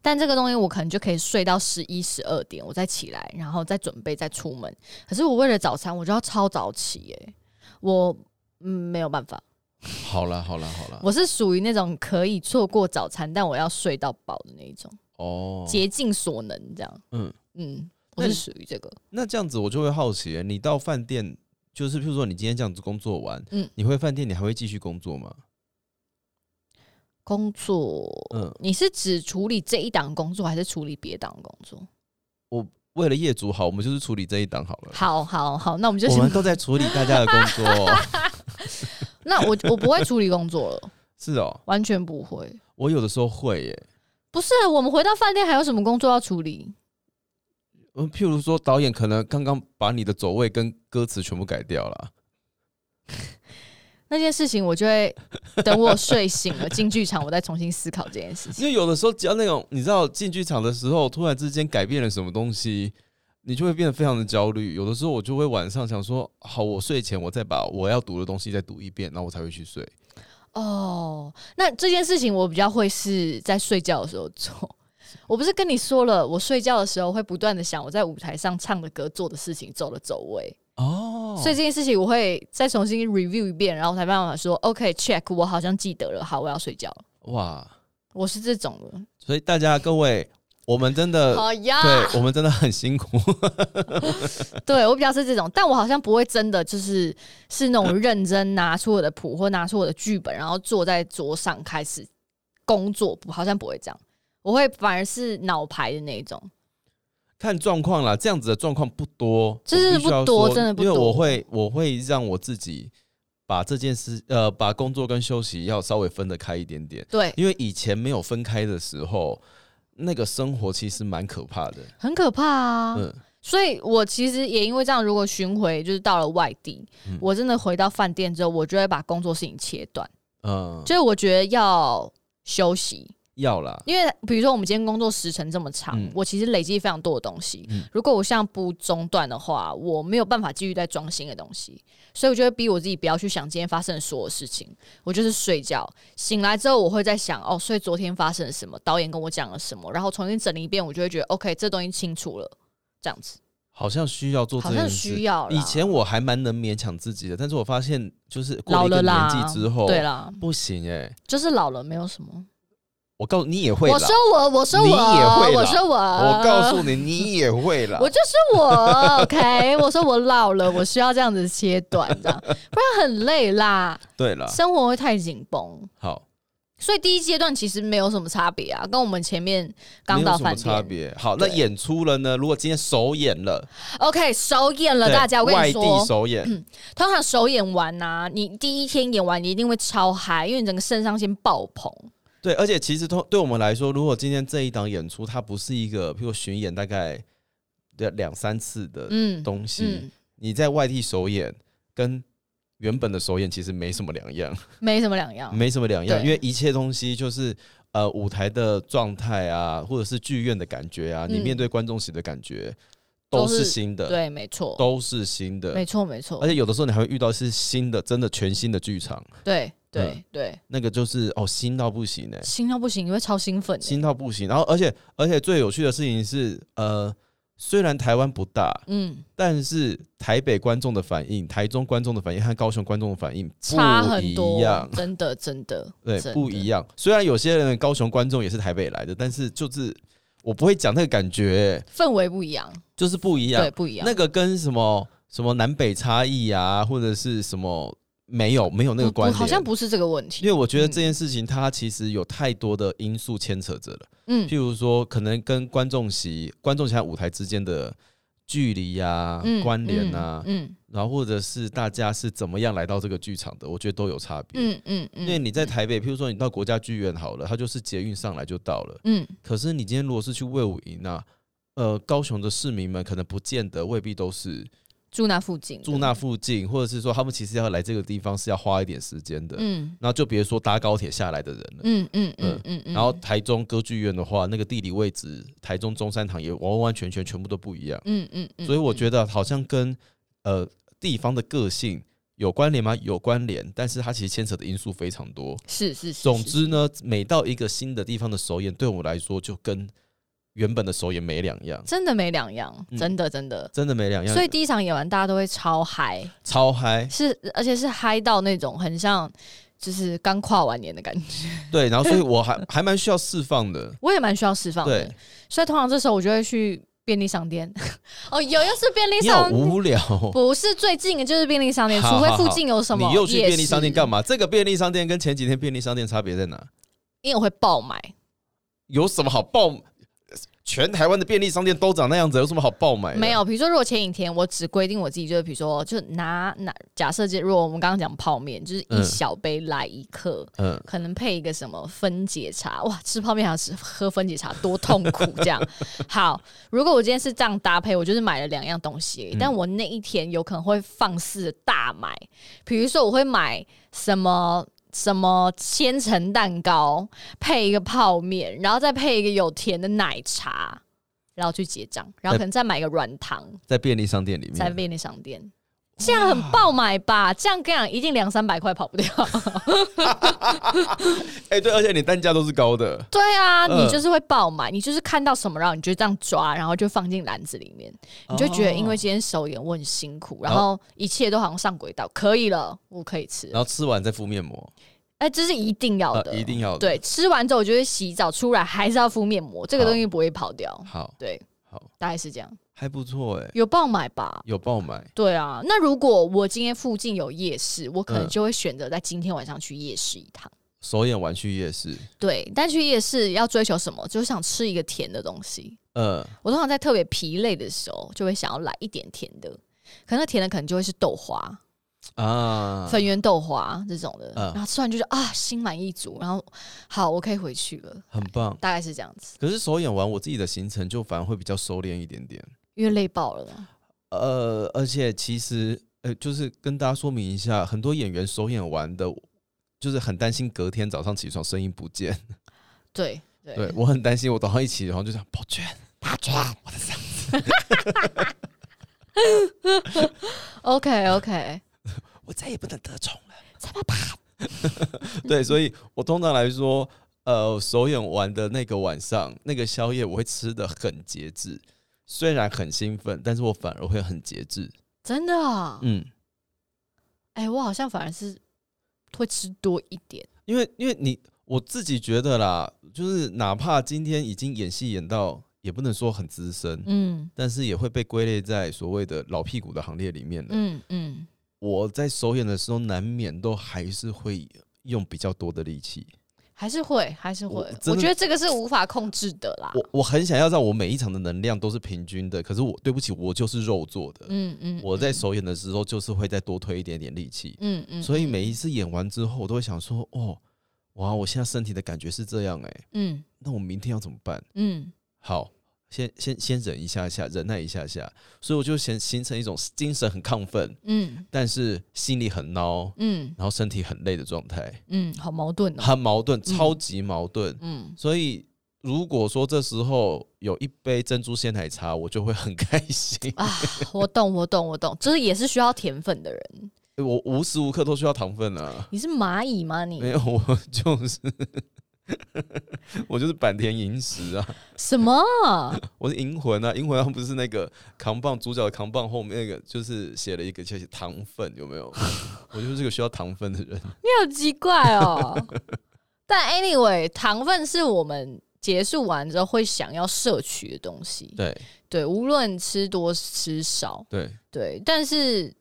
[SPEAKER 2] 但这个东西我可能就可以睡到十一、十二点，我再起来，然后再准备再出门。可是我为了早餐，我就要超早起耶、我嗯没有办法，
[SPEAKER 1] 好啦好啦好啦，
[SPEAKER 2] 我是属于那种可以错过早餐，但我要睡到饱的那一种，
[SPEAKER 1] 哦，
[SPEAKER 2] 竭尽所能这样。
[SPEAKER 1] 嗯，
[SPEAKER 2] 嗯，我
[SPEAKER 1] 那
[SPEAKER 2] 是
[SPEAKER 1] 你
[SPEAKER 2] 属于这个，
[SPEAKER 1] 那这样子我就会好奇耶，你到饭店，就是譬如说你今天这样子工作完，
[SPEAKER 2] 嗯
[SPEAKER 1] 你回饭店你还会继续工作吗？
[SPEAKER 2] 工作，
[SPEAKER 1] 嗯
[SPEAKER 2] 你是指处理这一档工作，还是处理别档工作？
[SPEAKER 1] 为了业主好，我们就是处理这一档好了。
[SPEAKER 2] 好好好，那我们 就
[SPEAKER 1] 我
[SPEAKER 2] 先，
[SPEAKER 1] 们都在处理大家的工作 哦、
[SPEAKER 2] 那我我不会处理工作了，
[SPEAKER 1] 是哦，
[SPEAKER 2] 完全不会。
[SPEAKER 1] 我有的时候会耶，
[SPEAKER 2] 不是，啊我们回到饭店还有什么工作要处理？
[SPEAKER 1] 嗯，譬如说导演可能刚刚把你的走位跟歌词全部改掉了，
[SPEAKER 2] 那件事情我就会等我睡醒了进剧场，我再重新思考这件事
[SPEAKER 1] 因
[SPEAKER 2] 情。
[SPEAKER 1] 为有的时候只要那种你知道进剧场的时候，突然之间改变了什么东西，你就会变得非常的焦虑。有的时候我就会晚上想说，好，我睡前我再把我要读的东西再读一遍，然后我才会去睡。
[SPEAKER 2] 哦，那这件事情我比较会是在睡觉的时候做。我不是跟你说了，我睡觉的时候会不断的想我在舞台上唱的歌、做的事情、走的走位，
[SPEAKER 1] 哦
[SPEAKER 2] 所以这件事情我会再重新 review 一遍，然后才办法说 OK check，我好像记得了，好，我要睡觉了。
[SPEAKER 1] 哇，
[SPEAKER 2] 我是这种的，
[SPEAKER 1] 所以大家各位，我们真的。
[SPEAKER 2] 好啊呀，
[SPEAKER 1] 呃对我们真的很辛苦，
[SPEAKER 2] 对我比较是这种，但我好像不会真的就是是那种认真拿出我的谱或拿出我的剧本，然后坐在桌上开始工作，不好像不会这样。我会反而是脑牌的那一种，
[SPEAKER 1] 看状况啦，这样子的状况不多，
[SPEAKER 2] 真是
[SPEAKER 1] 我必须要
[SPEAKER 2] 不多
[SPEAKER 1] 说
[SPEAKER 2] 真的不
[SPEAKER 1] 因为
[SPEAKER 2] 多
[SPEAKER 1] 我会我会让我自己把这件事呃把工作跟休息要稍微分得开一点点，
[SPEAKER 2] 对，
[SPEAKER 1] 因为以前没有分开的时候，那个生活其实蛮可怕的。
[SPEAKER 2] 很可怕啊。
[SPEAKER 1] 嗯，
[SPEAKER 2] 所以我其实也因为这样，如果巡回就是到了外地，
[SPEAKER 1] 嗯
[SPEAKER 2] 我真的回到饭店之后，我就会把工作事情切断，
[SPEAKER 1] 嗯，
[SPEAKER 2] 就是我觉得要休息，
[SPEAKER 1] 要啦，
[SPEAKER 2] 因为比如说我们今天工作时程这么长，
[SPEAKER 1] 嗯
[SPEAKER 2] 我其实累积非常多的东西。
[SPEAKER 1] 嗯
[SPEAKER 2] 如果我像不中断的话，我没有办法继续再装新的东西，所以我就会逼我自己不要去想今天发生的所有事情，我就是睡觉。醒来之后，我会在想哦，所以昨天发生了什么，导演跟我讲了什么，然后重新整理一遍，我就会觉得 OK，这东西清楚了，这样子
[SPEAKER 1] 好像需要做这
[SPEAKER 2] 好像
[SPEAKER 1] 件事
[SPEAKER 2] 需。要啦
[SPEAKER 1] 以前我还蛮能勉强自己的，但是我发现就是过
[SPEAKER 2] 老
[SPEAKER 1] 一个
[SPEAKER 2] 了
[SPEAKER 1] 年
[SPEAKER 2] 啦，
[SPEAKER 1] 纪之后，
[SPEAKER 2] 对啦，
[SPEAKER 1] 不行哎、
[SPEAKER 2] 就是老了，没有什么。
[SPEAKER 1] 我告诉你也会啦
[SPEAKER 2] 我说，我，我说我，
[SPEAKER 1] 你也会啦
[SPEAKER 2] 我说我，
[SPEAKER 1] 我告诉你你也会啦。
[SPEAKER 2] 我就是我 ，OK，我说我老了，我需要这样子切断，这样不然很累啦，
[SPEAKER 1] 对啦，
[SPEAKER 2] 生活会太紧绷。
[SPEAKER 1] 好，
[SPEAKER 2] 所以第一阶段其实没有什么差别啊，跟我们前面刚
[SPEAKER 1] 没有
[SPEAKER 2] 到
[SPEAKER 1] 什么
[SPEAKER 2] 饭
[SPEAKER 1] 差
[SPEAKER 2] 店
[SPEAKER 1] 别。好，那
[SPEAKER 2] 对
[SPEAKER 1] 演出了呢？如果今天首演了，
[SPEAKER 2] ，OK，首演了，
[SPEAKER 1] 对
[SPEAKER 2] 大家我跟
[SPEAKER 1] 外
[SPEAKER 2] 你
[SPEAKER 1] 地
[SPEAKER 2] 说，嗯
[SPEAKER 1] 首演，
[SPEAKER 2] 通常首演完呐、你第一天演完你一定会超嗨，因为你整个肾上腺爆棚。
[SPEAKER 1] 对，而且其实通对我们来说，如果今天这一档演出它不是一个，譬如巡演大概的两三次的
[SPEAKER 2] 嗯
[SPEAKER 1] 东西，
[SPEAKER 2] 嗯，
[SPEAKER 1] 你在外地首演跟原本的首演其实没什么两样，
[SPEAKER 2] 没什么两样。
[SPEAKER 1] 没什么两样，
[SPEAKER 2] 对
[SPEAKER 1] 因为一切东西就是呃舞台的状态啊，或者是剧院的感觉啊，
[SPEAKER 2] 嗯
[SPEAKER 1] 你面对观众席的感觉
[SPEAKER 2] 都
[SPEAKER 1] 都
[SPEAKER 2] 是
[SPEAKER 1] 是新的，
[SPEAKER 2] 对，没错，
[SPEAKER 1] 都是新
[SPEAKER 2] 没
[SPEAKER 1] 的，
[SPEAKER 2] 错，没错
[SPEAKER 1] 而，且有的时候你还会遇到是新的，真的全新的剧场，
[SPEAKER 2] 对对
[SPEAKER 1] 嗯
[SPEAKER 2] 对，
[SPEAKER 1] 那个就是哦新到不行哎、
[SPEAKER 2] 心到不行，你会超兴奋的。
[SPEAKER 1] 新到不行。然后，而且而且最有趣的事情是，呃，虽然台湾不大，
[SPEAKER 2] 嗯，
[SPEAKER 1] 但是台北观众的反应、台中观众的反应和高雄观众的反应不
[SPEAKER 2] 差很
[SPEAKER 1] 一
[SPEAKER 2] 多
[SPEAKER 1] 样，，
[SPEAKER 2] 真的真的，
[SPEAKER 1] 对，
[SPEAKER 2] 真的
[SPEAKER 1] 不一。样。虽然有些人的高雄观众也是台北来的，但是就是我不会讲那个感觉、
[SPEAKER 2] 氛围不一样，
[SPEAKER 1] 就是不一样
[SPEAKER 2] 对，。不一样。
[SPEAKER 1] 那个跟什么什么南北差异啊，或者是什么没有没有那个
[SPEAKER 2] 不不
[SPEAKER 1] 关联，
[SPEAKER 2] 好像不嗯是这个问
[SPEAKER 1] 因
[SPEAKER 2] 题。
[SPEAKER 1] 为我觉得这件事情它其实有太多的因素牵扯着了。
[SPEAKER 2] 嗯
[SPEAKER 1] 譬如说，可能跟观众席、观众席和舞台之间的距离呀、
[SPEAKER 2] 嗯，
[SPEAKER 1] 关联啊，
[SPEAKER 2] 嗯
[SPEAKER 1] 然后或者是大家是怎么样来到这个剧场的，我觉得都有差别。
[SPEAKER 2] 嗯嗯嗯，
[SPEAKER 1] 因为你在台北，譬如说你到国家剧院好了，它就是捷运上来就到了。
[SPEAKER 2] 嗯
[SPEAKER 1] 可是你今天如果是去魏武营啊，呃，高雄的市民们可能不见得未必都是
[SPEAKER 2] 住那附近的，
[SPEAKER 1] 住那附近，或者是说他们其实要来这个地方是要花一点时间的。
[SPEAKER 2] 嗯
[SPEAKER 1] 那就别说搭高铁下来的人了。
[SPEAKER 2] 嗯嗯嗯嗯嗯，
[SPEAKER 1] 然后台中歌剧院的话，那个地理位置，台中中山堂也完完全全全部都不一样，
[SPEAKER 2] 嗯嗯嗯，
[SPEAKER 1] 所以我
[SPEAKER 2] 得
[SPEAKER 1] 觉得好像跟呃地方的个性有关联吗？有关联，但是它其实牵扯的因素非常多。
[SPEAKER 2] 是是是，
[SPEAKER 1] 总
[SPEAKER 2] 是
[SPEAKER 1] 之呢，每到一个新的地方的首演，对我来说就跟原本的首演没两样，
[SPEAKER 2] 真的没两样，
[SPEAKER 1] 嗯
[SPEAKER 2] 真的真的。
[SPEAKER 1] 真的没两样，
[SPEAKER 2] 所以第一场演完，大家都会超嗨，
[SPEAKER 1] 超嗨。
[SPEAKER 2] 是而且是嗨到那种很像就是刚跨完年的感觉。
[SPEAKER 1] 对，然后所以我还 还蛮需要释放的。
[SPEAKER 2] 我也蛮需要释放的
[SPEAKER 1] 对，，
[SPEAKER 2] 所以通常这时候我就会去便利商店。 哦，有又是便利
[SPEAKER 1] 你好
[SPEAKER 2] 商店，
[SPEAKER 1] 无聊哦、
[SPEAKER 2] 不是最近的就是便利商店，
[SPEAKER 1] 好
[SPEAKER 2] 除非
[SPEAKER 1] 好
[SPEAKER 2] 附
[SPEAKER 1] 好
[SPEAKER 2] 近有什么。
[SPEAKER 1] 你又去便利商店干
[SPEAKER 2] 嘛？
[SPEAKER 1] 嘛？这个便利商店跟前几天便利商店差别在哪？
[SPEAKER 2] 因为我会爆买，
[SPEAKER 1] 有什么好爆？全台湾的便利商店都长那样子，有什么好爆买？
[SPEAKER 2] 没，有。比如说，如果前几天我只规定我自己，就是比如说，就拿拿假设，就如果我们刚刚讲泡面，就是一
[SPEAKER 1] 嗯
[SPEAKER 2] 小杯来一克，
[SPEAKER 1] 嗯，
[SPEAKER 2] 可能配一个什么分解茶，哇，吃泡面还要吃喝分解茶，多痛苦这样。 好，如果我今天是这样搭配，我就是买了两样东西而已，
[SPEAKER 1] 嗯
[SPEAKER 2] 但我那一天有可能会放肆地大买，比如说我会买什么。什么千层蛋糕配一个泡面，然后再配一个有甜的奶茶，然后去结账，然后可能再买一个软糖，
[SPEAKER 1] 在便利商店里面，
[SPEAKER 2] 在便利商店，这样很爆买吧？这样跟你讲，一定两三百块跑不掉。
[SPEAKER 1] 哎、对，而且你单价都是高的，
[SPEAKER 2] 对啊，
[SPEAKER 1] 嗯
[SPEAKER 2] 你就是会爆买，你就是看到什么，然后你就这样抓，然后就放进篮子里面，
[SPEAKER 1] 哦
[SPEAKER 2] 你就觉得因为今天手眼我很辛苦，然后一切都好像上轨道，可以了，我可以吃了。
[SPEAKER 1] 然后吃完再敷面膜，
[SPEAKER 2] 哎，这是一定要的，
[SPEAKER 1] 哦呃一定要的
[SPEAKER 2] 对，吃完之后我就会洗澡，出来还是要敷面膜，这个东西不会跑掉。
[SPEAKER 1] 好
[SPEAKER 2] 对，
[SPEAKER 1] 好
[SPEAKER 2] 大概是这样，
[SPEAKER 1] 还不错哎、
[SPEAKER 2] 有爆买吧？
[SPEAKER 1] 有爆买，
[SPEAKER 2] 对啊，那如果我今天附近有夜市，我可能
[SPEAKER 1] 嗯
[SPEAKER 2] 就会选择在今天晚上去夜市一趟。
[SPEAKER 1] 首演完去夜市，
[SPEAKER 2] 对，但去夜市要追求什么？就是想吃一个甜的东西。
[SPEAKER 1] 呃，
[SPEAKER 2] 我通常在特别疲累的时候，就会想要来一点甜的，可那甜的可能就会是豆花、
[SPEAKER 1] 啊，
[SPEAKER 2] 粉圆豆花这种的，
[SPEAKER 1] 嗯
[SPEAKER 2] 然后吃完就是啊，心满意足，然后好，我可以回去了，
[SPEAKER 1] 很棒。
[SPEAKER 2] 大概是这样子，
[SPEAKER 1] 可是首演完，我自己的行程就反而会比较收敛一点点。
[SPEAKER 2] 因为累爆了嘛。
[SPEAKER 1] 呃，而且其实呃，就是跟大家说明一下，很多演员首演完的，就是很担心隔天早上起床声音不见。
[SPEAKER 2] 对对
[SPEAKER 1] 对我很担心，我早上一起，然后就想宝娟，
[SPEAKER 2] o k OK，
[SPEAKER 1] 我再也不能得宠了，怎么办？ 对，所以我通常来说，呃，首演完的那个晚上，那个宵夜我会吃的很节制，虽然很兴奋，但是我反而会很节制。
[SPEAKER 2] 真的、啊，
[SPEAKER 1] 嗯，
[SPEAKER 2] 哎、我好像反而是会吃多一点，
[SPEAKER 1] 因为因为你我自己觉得啦，就是哪怕今天已经演戏演到也不能说很资深，
[SPEAKER 2] 嗯
[SPEAKER 1] 但是也会被归类在所谓的老屁股的行列里面的。
[SPEAKER 2] 嗯嗯，
[SPEAKER 1] 我在首演的时候，难免都还是会用比较多的力气。
[SPEAKER 2] 还是会还是会，
[SPEAKER 1] 我
[SPEAKER 2] 我
[SPEAKER 1] 真的
[SPEAKER 2] 觉得这个是无法控制的啦。
[SPEAKER 1] 我我很想要让我每一场的能量都是平均的，可是我对不起，我就是肉做的。
[SPEAKER 2] 嗯嗯，
[SPEAKER 1] 我在首演的时候就是会再多推一点点力气，
[SPEAKER 2] 嗯嗯，
[SPEAKER 1] 所以每一次演完之后，我都会想说，哦，哇，我现在身体的感觉是这样哎、
[SPEAKER 2] 嗯
[SPEAKER 1] 那我明天要怎么办？
[SPEAKER 2] 嗯
[SPEAKER 1] 好，先先先忍一下下，忍耐一下下，所以我就形形成一种精神很亢奋，
[SPEAKER 2] 嗯
[SPEAKER 1] 但是心里很孬，
[SPEAKER 2] 嗯
[SPEAKER 1] 然后身体很累的状态，
[SPEAKER 2] 嗯，好矛盾 哦。
[SPEAKER 1] 很矛盾，超级矛盾。
[SPEAKER 2] 嗯，
[SPEAKER 1] 所以如果说这时候有一杯珍珠鲜奶茶，我就会很开心。
[SPEAKER 2] 啊，我懂，我懂，我懂，就是也是需要甜分的人。
[SPEAKER 1] 我无时无刻都需要糖分啊，
[SPEAKER 2] 你是蚂蚁吗你？
[SPEAKER 1] 没有，我就是 我就是坂田银时啊。
[SPEAKER 2] 什么？
[SPEAKER 1] 我是银魂啊，银魂他们不是那个扛棒主角的扛棒后面那个，就是写了一个叫写糖分，有没有？我就是个需要糖分的人。
[SPEAKER 2] 你好奇怪哦。但 anyway，糖分是我们结束完之后会想要摄取的东西。
[SPEAKER 1] 对
[SPEAKER 2] 对，无论吃多吃少，
[SPEAKER 1] 对，
[SPEAKER 2] 对，但是。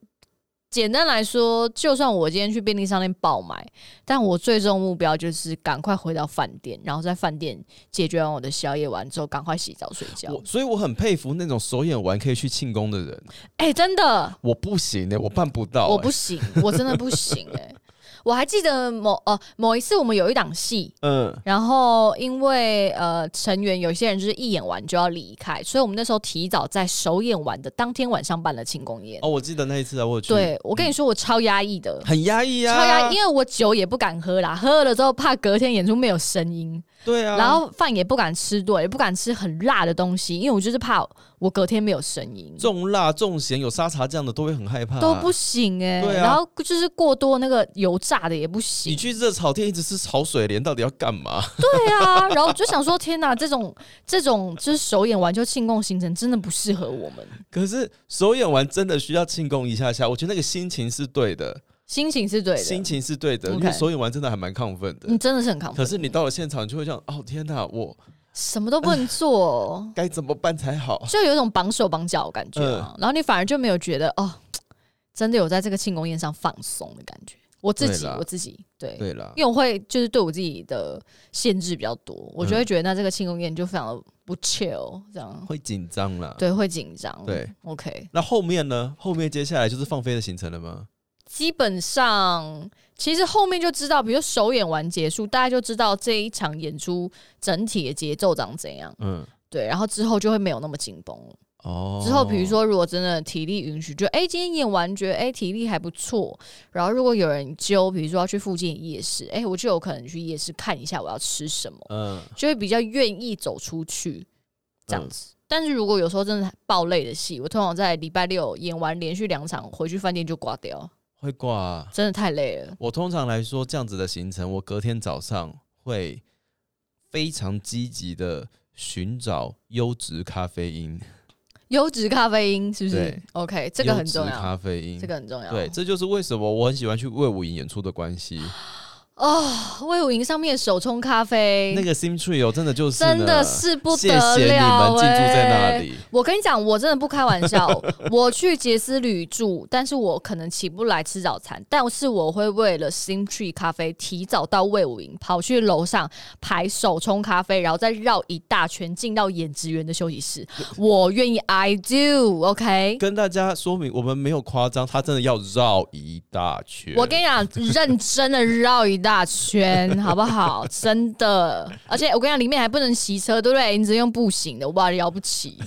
[SPEAKER 2] 简单来说，就算我今天去便利商店爆买，但我最终目标就是赶快回到饭店，然后在饭店解决完我的宵夜完之后，赶快洗澡睡觉。
[SPEAKER 1] 我所以我很佩服那种首演完可以去庆功的人，
[SPEAKER 2] 哎、真的，
[SPEAKER 1] 我不行欸呢、我办不到、
[SPEAKER 2] 我不，行，我真的不行哎、我还记得某呃某一次我们有一档戏，
[SPEAKER 1] 嗯
[SPEAKER 2] 然后因为呃成员有些人就是一演完就要离开，所以我们那时候提早在首演完的当天晚上办了庆功宴。
[SPEAKER 1] 哦，我记得那一次啊，我有去，
[SPEAKER 2] 对，我跟你说，我超压抑的。
[SPEAKER 1] 很压抑啊，
[SPEAKER 2] 超压抑，因为我酒也不敢喝啦，喝了之后怕隔天演出没有声音，
[SPEAKER 1] 对啊，
[SPEAKER 2] 然后饭也不敢吃多，也不敢吃很辣的东西，因为我就是怕我隔天没有声音，
[SPEAKER 1] 重辣重咸有沙茶酱的都会很害怕、
[SPEAKER 2] 都不。行哎、
[SPEAKER 1] 啊对啊
[SPEAKER 2] 然后就是过多那个油炸的也不
[SPEAKER 1] 你
[SPEAKER 2] 行，
[SPEAKER 1] 去热炒店一直吃炒水莲，到底要干嘛？
[SPEAKER 2] 对啊。然后我就想说，天哪，这种这种就是首演完就庆功行程真的不适合我们，
[SPEAKER 1] 可是首演完真的需要庆功一下下，我觉得那个心情是对的，
[SPEAKER 2] 心情是对
[SPEAKER 1] 心
[SPEAKER 2] 的，
[SPEAKER 1] 情是对的，因
[SPEAKER 2] OK
[SPEAKER 1] 为首演完真的还蛮亢奋的。
[SPEAKER 2] 你真的是很亢奋，
[SPEAKER 1] 可是你到了现场，你就会这样，哦天哪，我
[SPEAKER 2] 什么都不能做。
[SPEAKER 1] 该怎么办才好？
[SPEAKER 2] 就有一种绑手绑脚的感觉啊。
[SPEAKER 1] 嗯
[SPEAKER 2] 然后你反而就没有觉得哦，真的有在这个庆功宴上放松的感觉。我自己
[SPEAKER 1] 对啦，
[SPEAKER 2] 我自己，对，
[SPEAKER 1] 对啊啦，
[SPEAKER 2] 因为我会就是对我自己的限制比较多，我
[SPEAKER 1] 嗯
[SPEAKER 2] 就会觉得那这个庆功宴就非常的不 chill，这样
[SPEAKER 1] 会紧张啦。
[SPEAKER 2] 对会紧张。
[SPEAKER 1] 对
[SPEAKER 2] ，OK，
[SPEAKER 1] 那后面呢？后面接下来就是放飞的行程了吗？
[SPEAKER 2] 基本上其实后面就知道，比如首演完结束，大家就知道这一场演出整体的节奏长怎样。
[SPEAKER 1] 嗯，
[SPEAKER 2] 对，然后之后就会没有那么紧绷了。
[SPEAKER 1] 哦。
[SPEAKER 2] 之后，比如，说，如果真的体力允许，就哎、诶今天演完觉得哎、诶体力还不错，然后如果有人揪，比如说要去附近夜市，哎、我就有可能去夜市看一下我要吃什么，
[SPEAKER 1] 嗯，
[SPEAKER 2] 就会比较愿意走出去这样
[SPEAKER 1] 嗯
[SPEAKER 2] 子。但是如果有时候真的爆累的戏，我通常在礼拜六演完连续两场回去饭店就挂掉，
[SPEAKER 1] 会挂啊、
[SPEAKER 2] 真的太累了。
[SPEAKER 1] 我通常来说，这样子的行程，我隔天早上会非常积极的寻找优质咖啡因，
[SPEAKER 2] 优质咖啡因是不是
[SPEAKER 1] 对
[SPEAKER 2] ？OK，这个很重
[SPEAKER 1] 优质
[SPEAKER 2] 要，
[SPEAKER 1] 咖啡因，
[SPEAKER 2] 这个很重要。
[SPEAKER 1] 对，这就是为什么我很喜欢去魏武营演出的关系。
[SPEAKER 2] 哦，魏武营上面手冲咖啡，
[SPEAKER 1] 那个 Sim Trio 真的就是
[SPEAKER 2] 哎真
[SPEAKER 1] 呢
[SPEAKER 2] 的是不
[SPEAKER 1] 谢
[SPEAKER 2] 得了、欸，哎
[SPEAKER 1] 谢你们进驻在那里。
[SPEAKER 2] 我跟你讲，我真的不开玩笑，我去杰斯旅住，但是我可能起不来吃早餐，但是我会为了 Sim Tree 咖啡提早到魏武营，跑去楼上排手冲咖啡，然后再绕一大圈进到演职员的休息室。我愿意，I do，OK、
[SPEAKER 1] 跟大家说明，我们没有夸张，他真的要绕一大圈。
[SPEAKER 2] 我跟你讲，认真的绕一大圈，好不好？真的，而且我跟你讲，里面还不能骑车，对不对？你只能用步行的，哇，了不起，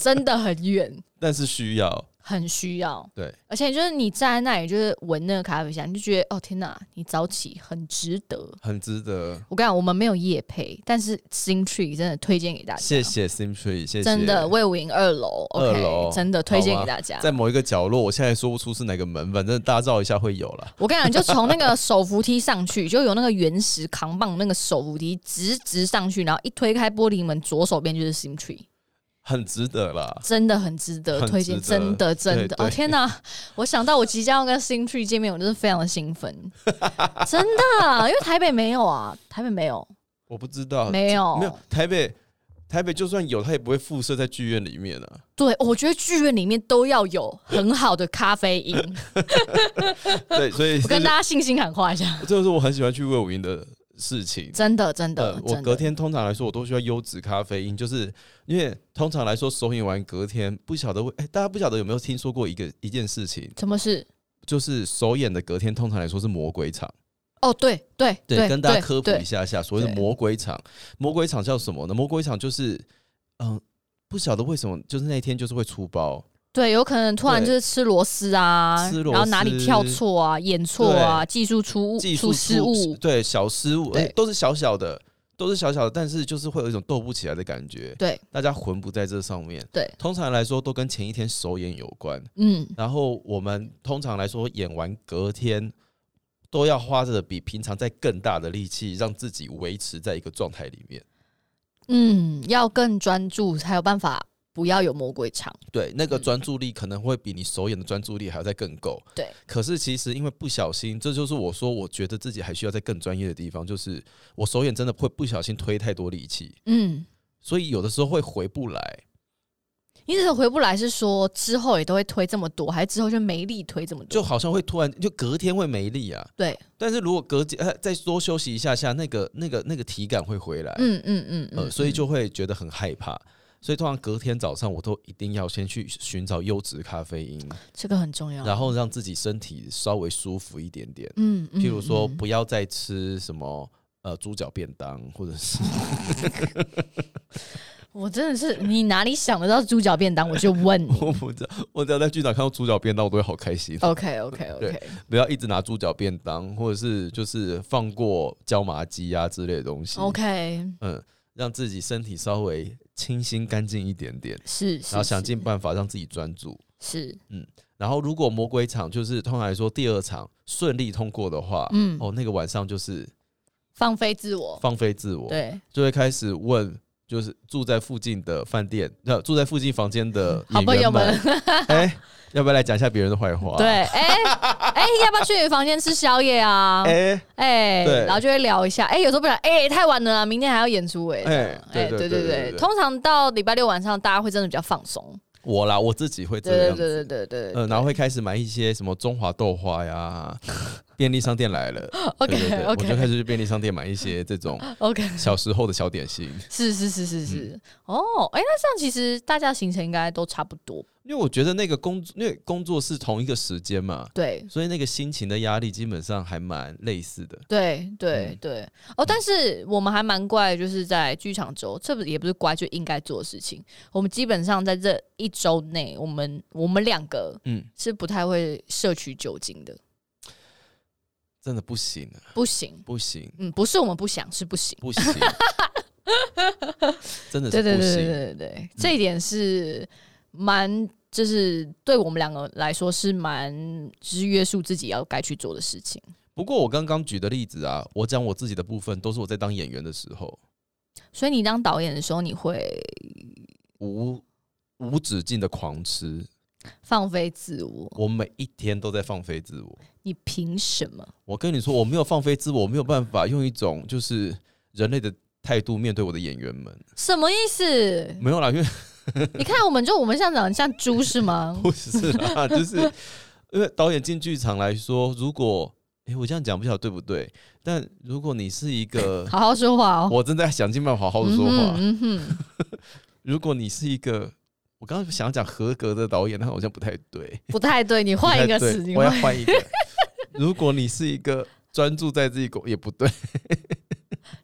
[SPEAKER 2] 真的很远，
[SPEAKER 1] 但是需要
[SPEAKER 2] 很需要。
[SPEAKER 1] 对，
[SPEAKER 2] 而且就是你站在那里，就是闻那个咖啡香，你就觉得哦天哪，你早起很值得。
[SPEAKER 1] 很值得。
[SPEAKER 2] 我跟你讲，我们没有夜配，但是 Sing Tree 真的推荐给大家，
[SPEAKER 1] 谢谢 Sim Tree，谢谢。
[SPEAKER 2] 真的魏武营二楼
[SPEAKER 1] 二
[SPEAKER 2] ，OK，
[SPEAKER 1] 楼
[SPEAKER 2] 真的推荐
[SPEAKER 1] 好
[SPEAKER 2] 给
[SPEAKER 1] 啊
[SPEAKER 2] 大家。
[SPEAKER 1] 在某一个角落，我现在说不出是哪个门，反正大家照一下会有了。
[SPEAKER 2] 我跟你讲，就从那个手扶梯上去，就有那个原石扛棒那个手扶梯直直上去，然后一推开玻璃门，左手边就是 Sing Tree，
[SPEAKER 1] 很值得啦。
[SPEAKER 2] 真的很值得
[SPEAKER 1] 很
[SPEAKER 2] 推荐，
[SPEAKER 1] 值得
[SPEAKER 2] 真的真的
[SPEAKER 1] 对对
[SPEAKER 2] 哦天哪！我想到我即将要跟 Sing Tree 见面，我真的非常的 兴奋，真的，因为台北没有啊，台北没有。
[SPEAKER 1] 我不知道，
[SPEAKER 2] 没有
[SPEAKER 1] 没有台北，台北就算有，它也不会附设在剧院里面 啊。
[SPEAKER 2] 对，哦我觉得剧院里面都要有很好的咖啡 因。
[SPEAKER 1] 对，所以
[SPEAKER 2] 我
[SPEAKER 1] 这
[SPEAKER 2] 跟
[SPEAKER 1] 是
[SPEAKER 2] 大家信心喊话一下，
[SPEAKER 1] 这就是我很喜欢去魏武营的事情。
[SPEAKER 2] 真的真的，
[SPEAKER 1] 呃，
[SPEAKER 2] 真
[SPEAKER 1] 我
[SPEAKER 2] 的
[SPEAKER 1] 隔天通常来说，我都需要优质咖啡因，就是因为通常来说首演完隔天，不晓得为哎、大家不晓得有没有听说过一个一件事情，
[SPEAKER 2] 什么事？
[SPEAKER 1] 就是首演的隔天，通常来说是魔鬼场。
[SPEAKER 2] 哦，对对
[SPEAKER 1] 对，跟大家科普
[SPEAKER 2] 对
[SPEAKER 1] 一下下，所谓的
[SPEAKER 2] 对
[SPEAKER 1] 魔鬼场，魔鬼场叫什么呢？魔鬼场就是，嗯、不晓得为什么，就是那一天就是会出包，
[SPEAKER 2] 对，有可能突然
[SPEAKER 1] 对
[SPEAKER 2] 就是吃螺丝啊，
[SPEAKER 1] 吃螺丝
[SPEAKER 2] 然后哪里跳错啊，演错啊，技术出误
[SPEAKER 1] 技术
[SPEAKER 2] 出失误，
[SPEAKER 1] 对小失误，
[SPEAKER 2] 对
[SPEAKER 1] 哎都是小小的，都是小小的，但是就是会有一种斗不起来的感觉，
[SPEAKER 2] 对，
[SPEAKER 1] 大家魂不在这上面。
[SPEAKER 2] 对，
[SPEAKER 1] 通常来说都跟前一天首演有关，
[SPEAKER 2] 嗯，
[SPEAKER 1] 然后我们通常来说演完隔天。都要花着比平常再更大的力气，让自己维持在一个状态里面。
[SPEAKER 2] 嗯，要更专注才有办法不要有魔鬼场。
[SPEAKER 1] 对，那个
[SPEAKER 2] 嗯
[SPEAKER 1] 专注力可能会比你首演的专注力还要再更够。
[SPEAKER 2] 对，
[SPEAKER 1] 可是其实因为不小心，这就是我说，我觉得自己还需要在更专业的地方，就是我首演真的会不小心推太多力气，
[SPEAKER 2] 嗯，
[SPEAKER 1] 所以有的时候会回不来。
[SPEAKER 2] 你只是回不来是说之后也都会推这么多，还是之后就没力推这么
[SPEAKER 1] 就
[SPEAKER 2] 多？
[SPEAKER 1] 好像会突然就隔天会没力啊，
[SPEAKER 2] 对，
[SPEAKER 1] 但是如果隔几呃再多休息一下下，那个那个那个体感会回来，
[SPEAKER 2] 嗯嗯嗯
[SPEAKER 1] 呃，
[SPEAKER 2] 嗯，
[SPEAKER 1] 所以就会觉得很害怕。所以通常隔天早上我都一定要先去寻找优质咖啡因，
[SPEAKER 2] 这个很重要。
[SPEAKER 1] 然后让自己身体稍微舒服一点点。
[SPEAKER 2] 嗯，嗯
[SPEAKER 1] 譬如说
[SPEAKER 2] 嗯
[SPEAKER 1] 不要再吃什么呃猪脚便当，或者是
[SPEAKER 2] 我真的是，你哪里想得到猪脚便当？我就问你。
[SPEAKER 1] 我不知道，我只要在剧场看到猪脚便当， 我都会好开心。
[SPEAKER 2] OK OK OK，
[SPEAKER 1] 对不要一直拿猪脚便当，或者是就是放过椒麻鸡啊之类的东西。
[SPEAKER 2] OK，
[SPEAKER 1] 嗯，让自己身体稍微清新干净一点点，
[SPEAKER 2] 是
[SPEAKER 1] 然后
[SPEAKER 2] 是
[SPEAKER 1] 想
[SPEAKER 2] 是
[SPEAKER 1] 尽办法让自己专注。
[SPEAKER 2] 是，
[SPEAKER 1] 然后如果魔鬼场就是通常来说第二场顺利通过的话，
[SPEAKER 2] 嗯，
[SPEAKER 1] 哦，那个晚上就是
[SPEAKER 2] 放飞自我，
[SPEAKER 1] 放飞自我，
[SPEAKER 2] 对，
[SPEAKER 1] 就会开始问。就是住在附近的饭店，那住在附近房间的
[SPEAKER 2] 好
[SPEAKER 1] 演
[SPEAKER 2] 朋
[SPEAKER 1] 员
[SPEAKER 2] 友们，
[SPEAKER 1] 哎、要不要来讲一下别人的坏话？
[SPEAKER 2] 对，，哎哎，要不要去房间吃宵夜啊？
[SPEAKER 1] 哎、
[SPEAKER 2] 哎，
[SPEAKER 1] 对
[SPEAKER 2] 然后就会聊一下，哎，有时候不然，哎，太晚了啊，明天还要演出哎，
[SPEAKER 1] 哎
[SPEAKER 2] 这样哎，
[SPEAKER 1] 对对
[SPEAKER 2] 对
[SPEAKER 1] 对对对
[SPEAKER 2] 对，
[SPEAKER 1] 对
[SPEAKER 2] 通常到礼拜六晚上，大家会真的比较放松，
[SPEAKER 1] 我啦，我自己会这
[SPEAKER 2] 对
[SPEAKER 1] 样子，
[SPEAKER 2] 对对对对对
[SPEAKER 1] 呃，然后会开始买一些什么中华豆花 呀，便利商店来了对对
[SPEAKER 2] ，OK
[SPEAKER 1] 对，我就开
[SPEAKER 2] OK
[SPEAKER 1] 始去便利商店买一些这种
[SPEAKER 2] OK，
[SPEAKER 1] 小时候的小点心，
[SPEAKER 2] 是是是是是，哦，哎，那这样其实大家行程应该都差不多，
[SPEAKER 1] 因为我觉得那个工作，因为工作是同一个时间嘛，
[SPEAKER 2] 对
[SPEAKER 1] 所以那个心情的压力基本上还蛮类似的。
[SPEAKER 2] 对对
[SPEAKER 1] 嗯
[SPEAKER 2] 对，哦，但是我们还蛮乖的，就是在剧场周，这不也不是乖，就应该做的事情。我们基本上在这一周内，我们我们两个
[SPEAKER 1] 嗯，
[SPEAKER 2] 是不太会摄取酒精的，
[SPEAKER 1] 真的不行啊，
[SPEAKER 2] 不行。
[SPEAKER 1] 不行，
[SPEAKER 2] 嗯，不是我们不想，是不行。
[SPEAKER 1] 不 行，真的是不行。嗯
[SPEAKER 2] 对对对对对对对，这一点是蛮，就是对我们两个来说是蛮，就是约束自己要该去做的事情。
[SPEAKER 1] 不过我刚刚举的例子啊，我讲我自己的部分都是我在当演员的时候，
[SPEAKER 2] 所以你当导演的时候，你会
[SPEAKER 1] 无无止境的狂吃，
[SPEAKER 2] 放飞自我，
[SPEAKER 1] 我每一天都在放飞自我。
[SPEAKER 2] 你凭什么？
[SPEAKER 1] 我跟你说，我没有放飞自我，我没有办法用一种就是人类的态度面对我的演员们。
[SPEAKER 2] 什么意思？
[SPEAKER 1] 没有啦，因为
[SPEAKER 2] 你看，我们就我们像长得像猪是吗？
[SPEAKER 1] 不是
[SPEAKER 2] ，
[SPEAKER 1] 啦，就是因为导演进剧场来说，如果诶、我这样讲不晓得对不对，但如果你是一个
[SPEAKER 2] 好好说话哦，
[SPEAKER 1] 我正在想尽办法好好的说话。
[SPEAKER 2] 嗯哼，嗯哼
[SPEAKER 1] 如果你是一个，我刚刚想讲合格的导演，但好像不太对，
[SPEAKER 2] 不太对，你换一个
[SPEAKER 1] 不太
[SPEAKER 2] 词，
[SPEAKER 1] 对
[SPEAKER 2] 你
[SPEAKER 1] 我要
[SPEAKER 2] 换
[SPEAKER 1] 换一个。如果你是一个专注在自己工，也不对，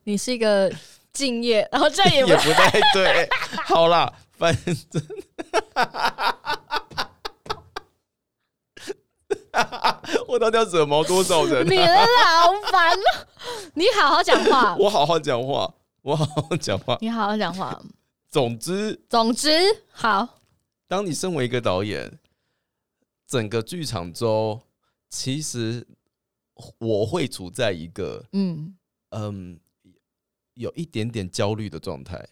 [SPEAKER 2] 你是一个敬业，然后这样 也
[SPEAKER 1] 也
[SPEAKER 2] 不
[SPEAKER 1] 不太对。好啦，反正 我到底要惹毛多少人、
[SPEAKER 2] 你
[SPEAKER 1] 啊？
[SPEAKER 2] 真的好烦哦， 你好好讲话，
[SPEAKER 1] 我好好讲话，我好好讲话。
[SPEAKER 2] 你好好讲话。
[SPEAKER 1] 总之，
[SPEAKER 2] 总之，好，
[SPEAKER 1] 当你身为一个导演，整个剧场周其实我会处在一个
[SPEAKER 2] 嗯，
[SPEAKER 1] 嗯有一点点焦虑的状态，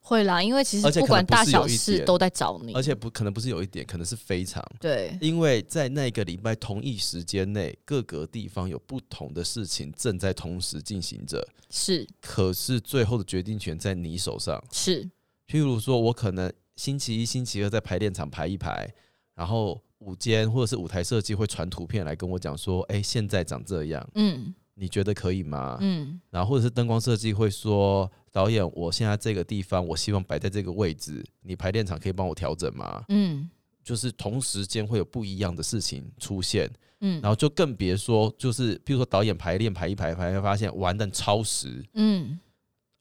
[SPEAKER 2] 会啦，因为其实
[SPEAKER 1] 而且
[SPEAKER 2] 不
[SPEAKER 1] 可能
[SPEAKER 2] 管
[SPEAKER 1] 不是
[SPEAKER 2] 大小
[SPEAKER 1] 有一
[SPEAKER 2] 事
[SPEAKER 1] 点
[SPEAKER 2] 都在找你
[SPEAKER 1] 而，且不可能不是有一点，可能是非常。
[SPEAKER 2] 对，
[SPEAKER 1] 因为在那个礼拜同一时间内，各个地方有不同的事情正在同时进行着，
[SPEAKER 2] 是
[SPEAKER 1] 可是最后的决定权在你手上。
[SPEAKER 2] 是，
[SPEAKER 1] 譬如说，我可能星期一、星期二在排练场排一排，然后午间或者是舞台设计会传图片来跟我讲说：“哎、现在长这样，
[SPEAKER 2] 嗯
[SPEAKER 1] 你觉得可以吗？”
[SPEAKER 2] 嗯
[SPEAKER 1] 然后或者是灯光设计会说：“导演，我现在这个地方我希望摆在这个位置，你排练场可以帮我调整吗
[SPEAKER 2] 嗯？”
[SPEAKER 1] 就是同时间会有不一样的事情出现，
[SPEAKER 2] 嗯
[SPEAKER 1] 然后就更别说就是譬如说导演排练排一排排，发现完蛋超时，
[SPEAKER 2] 嗯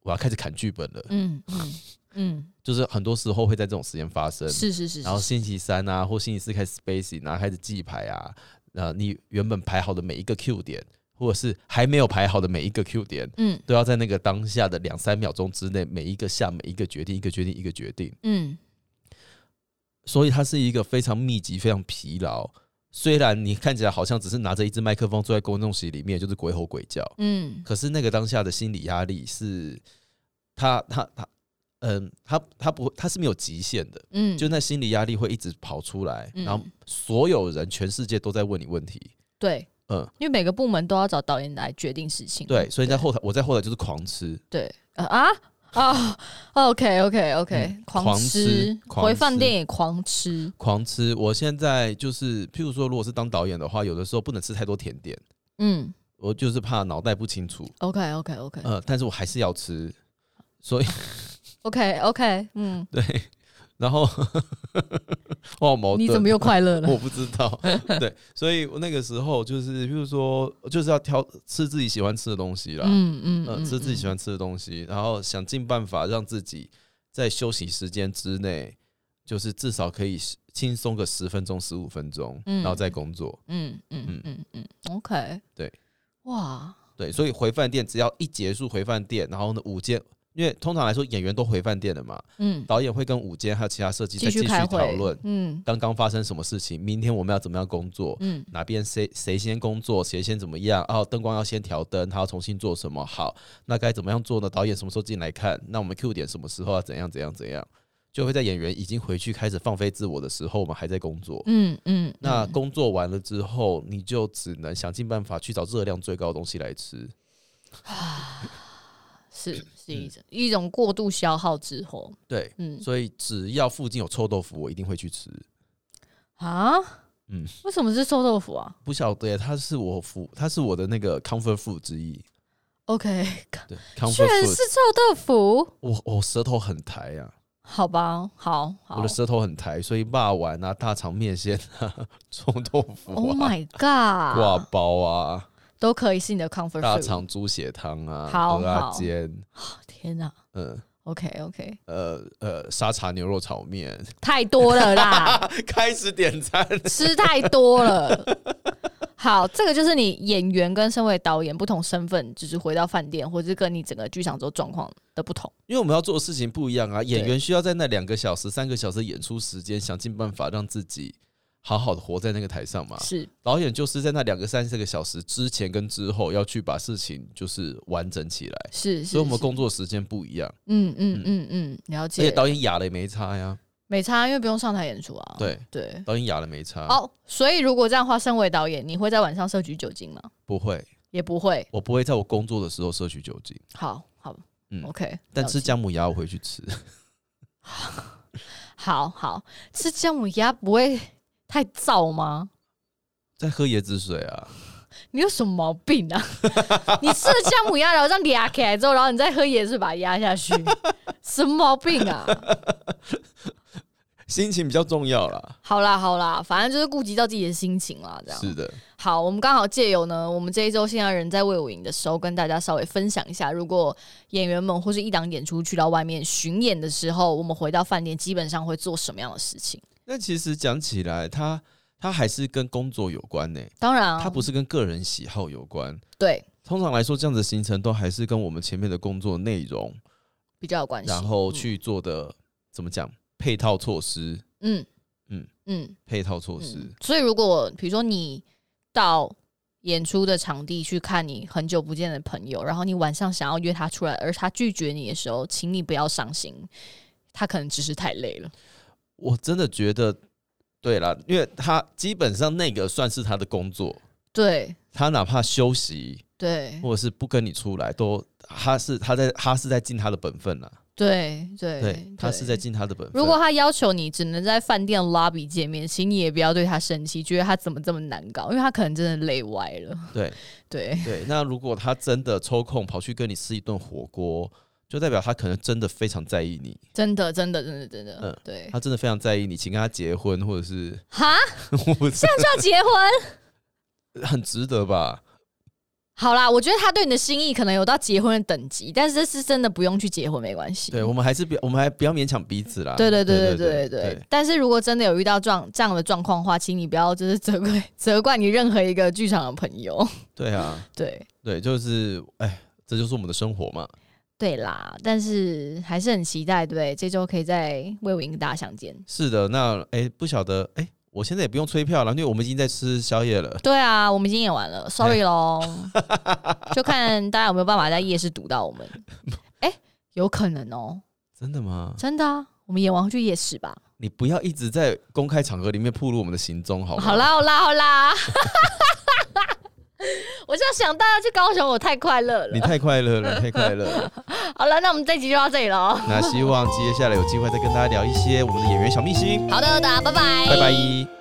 [SPEAKER 1] 我要开始砍剧本了。
[SPEAKER 2] 嗯嗯 嗯，
[SPEAKER 1] 就是很多时候会在这种时间发生。
[SPEAKER 2] 是是是，
[SPEAKER 1] 然后
[SPEAKER 2] 是
[SPEAKER 1] 星期三啊，或星期四开始 spacing，然后开始记牌啊，呃，你原本排好的每一个 Q 点，或者是还没有排好的每一个 Q 点，
[SPEAKER 2] 嗯
[SPEAKER 1] 都要在那个当下的两三秒钟之内，每一个下每一个决定，一个决定一个决定。
[SPEAKER 2] 嗯。
[SPEAKER 1] 所以它是一个非常密集、非常疲劳。虽然你看起来好像只是拿着一支麦克风坐在观众席里面，就是鬼吼鬼叫，
[SPEAKER 2] 嗯
[SPEAKER 1] 可是那个当下的心理压力是，他他他，嗯，他他不，他是没有极限的。
[SPEAKER 2] 嗯，
[SPEAKER 1] 就那心理压力会一直跑出来，
[SPEAKER 2] 嗯
[SPEAKER 1] 然后所有人、全世界都在问你问题。
[SPEAKER 2] 对，
[SPEAKER 1] 嗯，
[SPEAKER 2] 因为每个部门都要找导演来决定事情。
[SPEAKER 1] 对，所以在后台，我在后台就是狂吃，
[SPEAKER 2] 对呃啊啊，OK OK OK，
[SPEAKER 1] 嗯
[SPEAKER 2] 狂
[SPEAKER 1] 狂
[SPEAKER 2] 吃
[SPEAKER 1] 吃，狂
[SPEAKER 2] 回饭
[SPEAKER 1] 吃
[SPEAKER 2] 店也狂吃。
[SPEAKER 1] 狂吃。我现在就是，譬如说，如果是当导演的话，有的时候不能吃太多甜点，
[SPEAKER 2] 嗯
[SPEAKER 1] 我就是怕脑袋不清楚。
[SPEAKER 2] ，OK OK OK
[SPEAKER 1] 呃，但是我还是要吃，所以 哦
[SPEAKER 2] OK OK，嗯，
[SPEAKER 1] 对，然后 我好矛盾，
[SPEAKER 2] 你怎么又快乐了？
[SPEAKER 1] 我不知道，对，所以我那个时候就是，譬如说，就是要挑吃自己喜欢吃的东西啦。
[SPEAKER 2] 嗯嗯
[SPEAKER 1] 呃，
[SPEAKER 2] 嗯
[SPEAKER 1] 吃自己
[SPEAKER 2] 嗯
[SPEAKER 1] 喜欢吃的东西，然后想尽办法让自己在休息时间之内，就是至少可以轻松个十分钟、十五分钟，
[SPEAKER 2] 嗯
[SPEAKER 1] 然后再工作。
[SPEAKER 2] 嗯嗯嗯嗯，OK，
[SPEAKER 1] 对，
[SPEAKER 2] 哇，
[SPEAKER 1] 对，所以回饭店只要一结束回饭店，然后呢，午间，因为通常来说演员都回饭店了嘛，
[SPEAKER 2] 嗯，
[SPEAKER 1] 导演会跟午间还有其他设计再
[SPEAKER 2] 继
[SPEAKER 1] 继
[SPEAKER 2] 续
[SPEAKER 1] 续
[SPEAKER 2] 开
[SPEAKER 1] 讨
[SPEAKER 2] 会
[SPEAKER 1] 论，
[SPEAKER 2] 嗯
[SPEAKER 1] 刚刚发生什么事情，明天我们要怎么样工作，
[SPEAKER 2] 嗯
[SPEAKER 1] 哪边谁谁先工作，谁先怎么样，然后灯光要先调灯，他要重新做什么，好，那该怎么样做呢？导演什么时候进来看？那我们 Q 点什么时候啊要怎样怎样怎样？就会在演员已经回去开始放飞自我的时候，我们还在工作。
[SPEAKER 2] 嗯嗯，
[SPEAKER 1] 那
[SPEAKER 2] 嗯
[SPEAKER 1] 工作完了之后，你就只能想尽办法去找热量最高的东西来吃。
[SPEAKER 2] 是是一种一种过度消耗之后，
[SPEAKER 1] 对，
[SPEAKER 2] 嗯
[SPEAKER 1] 所以只要附近有臭豆腐，我一定会去吃。
[SPEAKER 2] 啊，
[SPEAKER 1] 嗯，
[SPEAKER 2] 为什么是臭豆腐啊
[SPEAKER 1] 不晓得耶它是我服，它是我的那个 comfort food 之一。
[SPEAKER 2] ？OK，
[SPEAKER 1] 对
[SPEAKER 2] 居
[SPEAKER 1] ，comfort
[SPEAKER 2] 然
[SPEAKER 1] food，
[SPEAKER 2] 是臭豆腐，
[SPEAKER 1] 我我舌头很抬啊。
[SPEAKER 2] 好吧，好好
[SPEAKER 1] 我的舌头很抬，所以霸丸啊、大肠面线啊、臭豆腐
[SPEAKER 2] ，Oh
[SPEAKER 1] 啊、
[SPEAKER 2] my
[SPEAKER 1] 挂
[SPEAKER 2] god，
[SPEAKER 1] 包啊、
[SPEAKER 2] 都可以是你的 comfort
[SPEAKER 1] 大
[SPEAKER 2] food，
[SPEAKER 1] 肠猪血汤啊、
[SPEAKER 2] 好
[SPEAKER 1] 鹅啊
[SPEAKER 2] 好
[SPEAKER 1] 煎，
[SPEAKER 2] 天哪
[SPEAKER 1] 嗯
[SPEAKER 2] ，OK OK，
[SPEAKER 1] 呃呃沙茶牛肉炒面，
[SPEAKER 2] 太多了啦。
[SPEAKER 1] 开始点餐。
[SPEAKER 2] 吃太多了。好，这个就是你演员跟身为导演不同身份，就是回到饭店或者是跟你整个剧场之后状况的不同。
[SPEAKER 1] 因为我们要做的事情不一样啊，演员需要在那两个小时、三个小时演出时间，想尽办法让自己好好的活在那个台上嘛。
[SPEAKER 2] 是，
[SPEAKER 1] 导演就是在那两个三四个小时之前跟之后，要去把事情就是完整起来，
[SPEAKER 2] 是，是
[SPEAKER 1] 所以我们
[SPEAKER 2] 是
[SPEAKER 1] 工作时间不一样，
[SPEAKER 2] 嗯嗯嗯嗯，了
[SPEAKER 1] 而且
[SPEAKER 2] 解。
[SPEAKER 1] 导演哑了也没差呀，
[SPEAKER 2] 美差，因为不用上台演出啊。
[SPEAKER 1] 对。
[SPEAKER 2] 对。
[SPEAKER 1] 导演哑了没差，
[SPEAKER 2] 哦，所以如果这样的话，身为导演，你会在晚上摄取酒精吗？
[SPEAKER 1] 不会，
[SPEAKER 2] 也不会。
[SPEAKER 1] 我不会在我工作的时候摄取酒精，
[SPEAKER 2] 好好，
[SPEAKER 1] 嗯
[SPEAKER 2] o k
[SPEAKER 1] 但吃姜母鸭我会去吃。
[SPEAKER 2] 好好吃姜母鸭不会太燥吗？
[SPEAKER 1] 在喝椰子水啊，
[SPEAKER 2] 你有什么毛病啊？ 你吃了姜母鸭，然后这样压起来之后，然后你再喝椰子把它压 下去，什么毛病啊？
[SPEAKER 1] 心情比较重要啦。
[SPEAKER 2] 好啦好啦，反正就是顾及到自己的心情啦，这样。
[SPEAKER 1] 是的，
[SPEAKER 2] 好，我们刚好借由呢，我们这一周现在人在魏武营的时候，跟大家稍微分享一下，如果演员们或是一档演出去到外面巡演的时候，我们回到饭店基本上会做什么样的事情？
[SPEAKER 1] 那其实讲起来，它它还是跟工作有关呢、
[SPEAKER 2] 当然、啊，
[SPEAKER 1] 它不是跟个人喜好有关。
[SPEAKER 2] 对
[SPEAKER 1] 通常来说，这样的行程都还是跟我们前面的工作内容，
[SPEAKER 2] 比较有关系。
[SPEAKER 1] 然后去做的怎么讲配套措施，
[SPEAKER 2] 嗯嗯
[SPEAKER 1] 嗯
[SPEAKER 2] 嗯，
[SPEAKER 1] 配套措施。
[SPEAKER 2] 嗯所以如果比如说你到演出的场地去看你很久不见的朋友，然后你晚上想要约他出来，而他拒绝你的时候，请你不要伤心，他可能只是太累了。
[SPEAKER 1] 我真的觉得，对啦，因为他基本上那个算是他的工作，
[SPEAKER 2] 对
[SPEAKER 1] 他哪怕休息
[SPEAKER 2] 对
[SPEAKER 1] 或者是不跟你出来，都他是他在他是在尽他的本分啦。
[SPEAKER 2] 对对
[SPEAKER 1] 对，他是在。尽他的本分。
[SPEAKER 2] 如果他要求你只能在饭店 lobby 见面，请你也不要对他生气，觉得他怎么这么难搞，因为他可能真的累歪了。
[SPEAKER 1] 对
[SPEAKER 2] 对，
[SPEAKER 1] 对，那如果他真的抽空跑去跟你吃一顿火锅，就代表他可能真的非常在意你，
[SPEAKER 2] 真的，真的，真的，真的，
[SPEAKER 1] 嗯
[SPEAKER 2] 对。
[SPEAKER 1] 他真的非常在意你，请跟他结婚，或者是
[SPEAKER 2] 哈，
[SPEAKER 1] 我
[SPEAKER 2] 这样就要结婚？
[SPEAKER 1] 很值得吧？
[SPEAKER 2] 好啦，我觉得他对你的心意可能有到结婚的等级，但是这是真的不用去结婚，没关系。
[SPEAKER 1] 对，我们还是不，我们还不要勉强彼此啦。
[SPEAKER 2] 对对对对
[SPEAKER 1] 对
[SPEAKER 2] 对对
[SPEAKER 1] 对，
[SPEAKER 2] 但是如果真的有遇到状这样的状况的话，请你不要就是责怪责怪你任何一个剧场的朋友。
[SPEAKER 1] 对啊，
[SPEAKER 2] 对
[SPEAKER 1] 对，就是哎，这就是我们的生活嘛。
[SPEAKER 2] 对啦，但是还是很期待，对不对？这周可以在魏武营跟大家相见。
[SPEAKER 1] 是的，那哎，不晓得哎，我现在也不用催票了，因为我们已经在吃宵夜了。
[SPEAKER 2] 对啊，我们已经演完了，sorry 喽，就看大家有没有办法在夜市堵到我们。哎、有可能哦、
[SPEAKER 1] 真的吗？
[SPEAKER 2] 真的啊，我们演完去夜市吧。
[SPEAKER 1] 你不要一直在公开场合里面暴露我们的行踪，好吗？
[SPEAKER 2] 好啦，好啦，好啦。 我就想大家去高雄，我太快乐
[SPEAKER 1] 你
[SPEAKER 2] 了。
[SPEAKER 1] 太快乐 了，你太快乐了。
[SPEAKER 2] 好了，那我们这集就到这里了。
[SPEAKER 1] 那希望接下来有机会再跟大家聊一些我们的演员小秘辛。
[SPEAKER 2] 好的，大家拜拜，
[SPEAKER 1] 拜拜。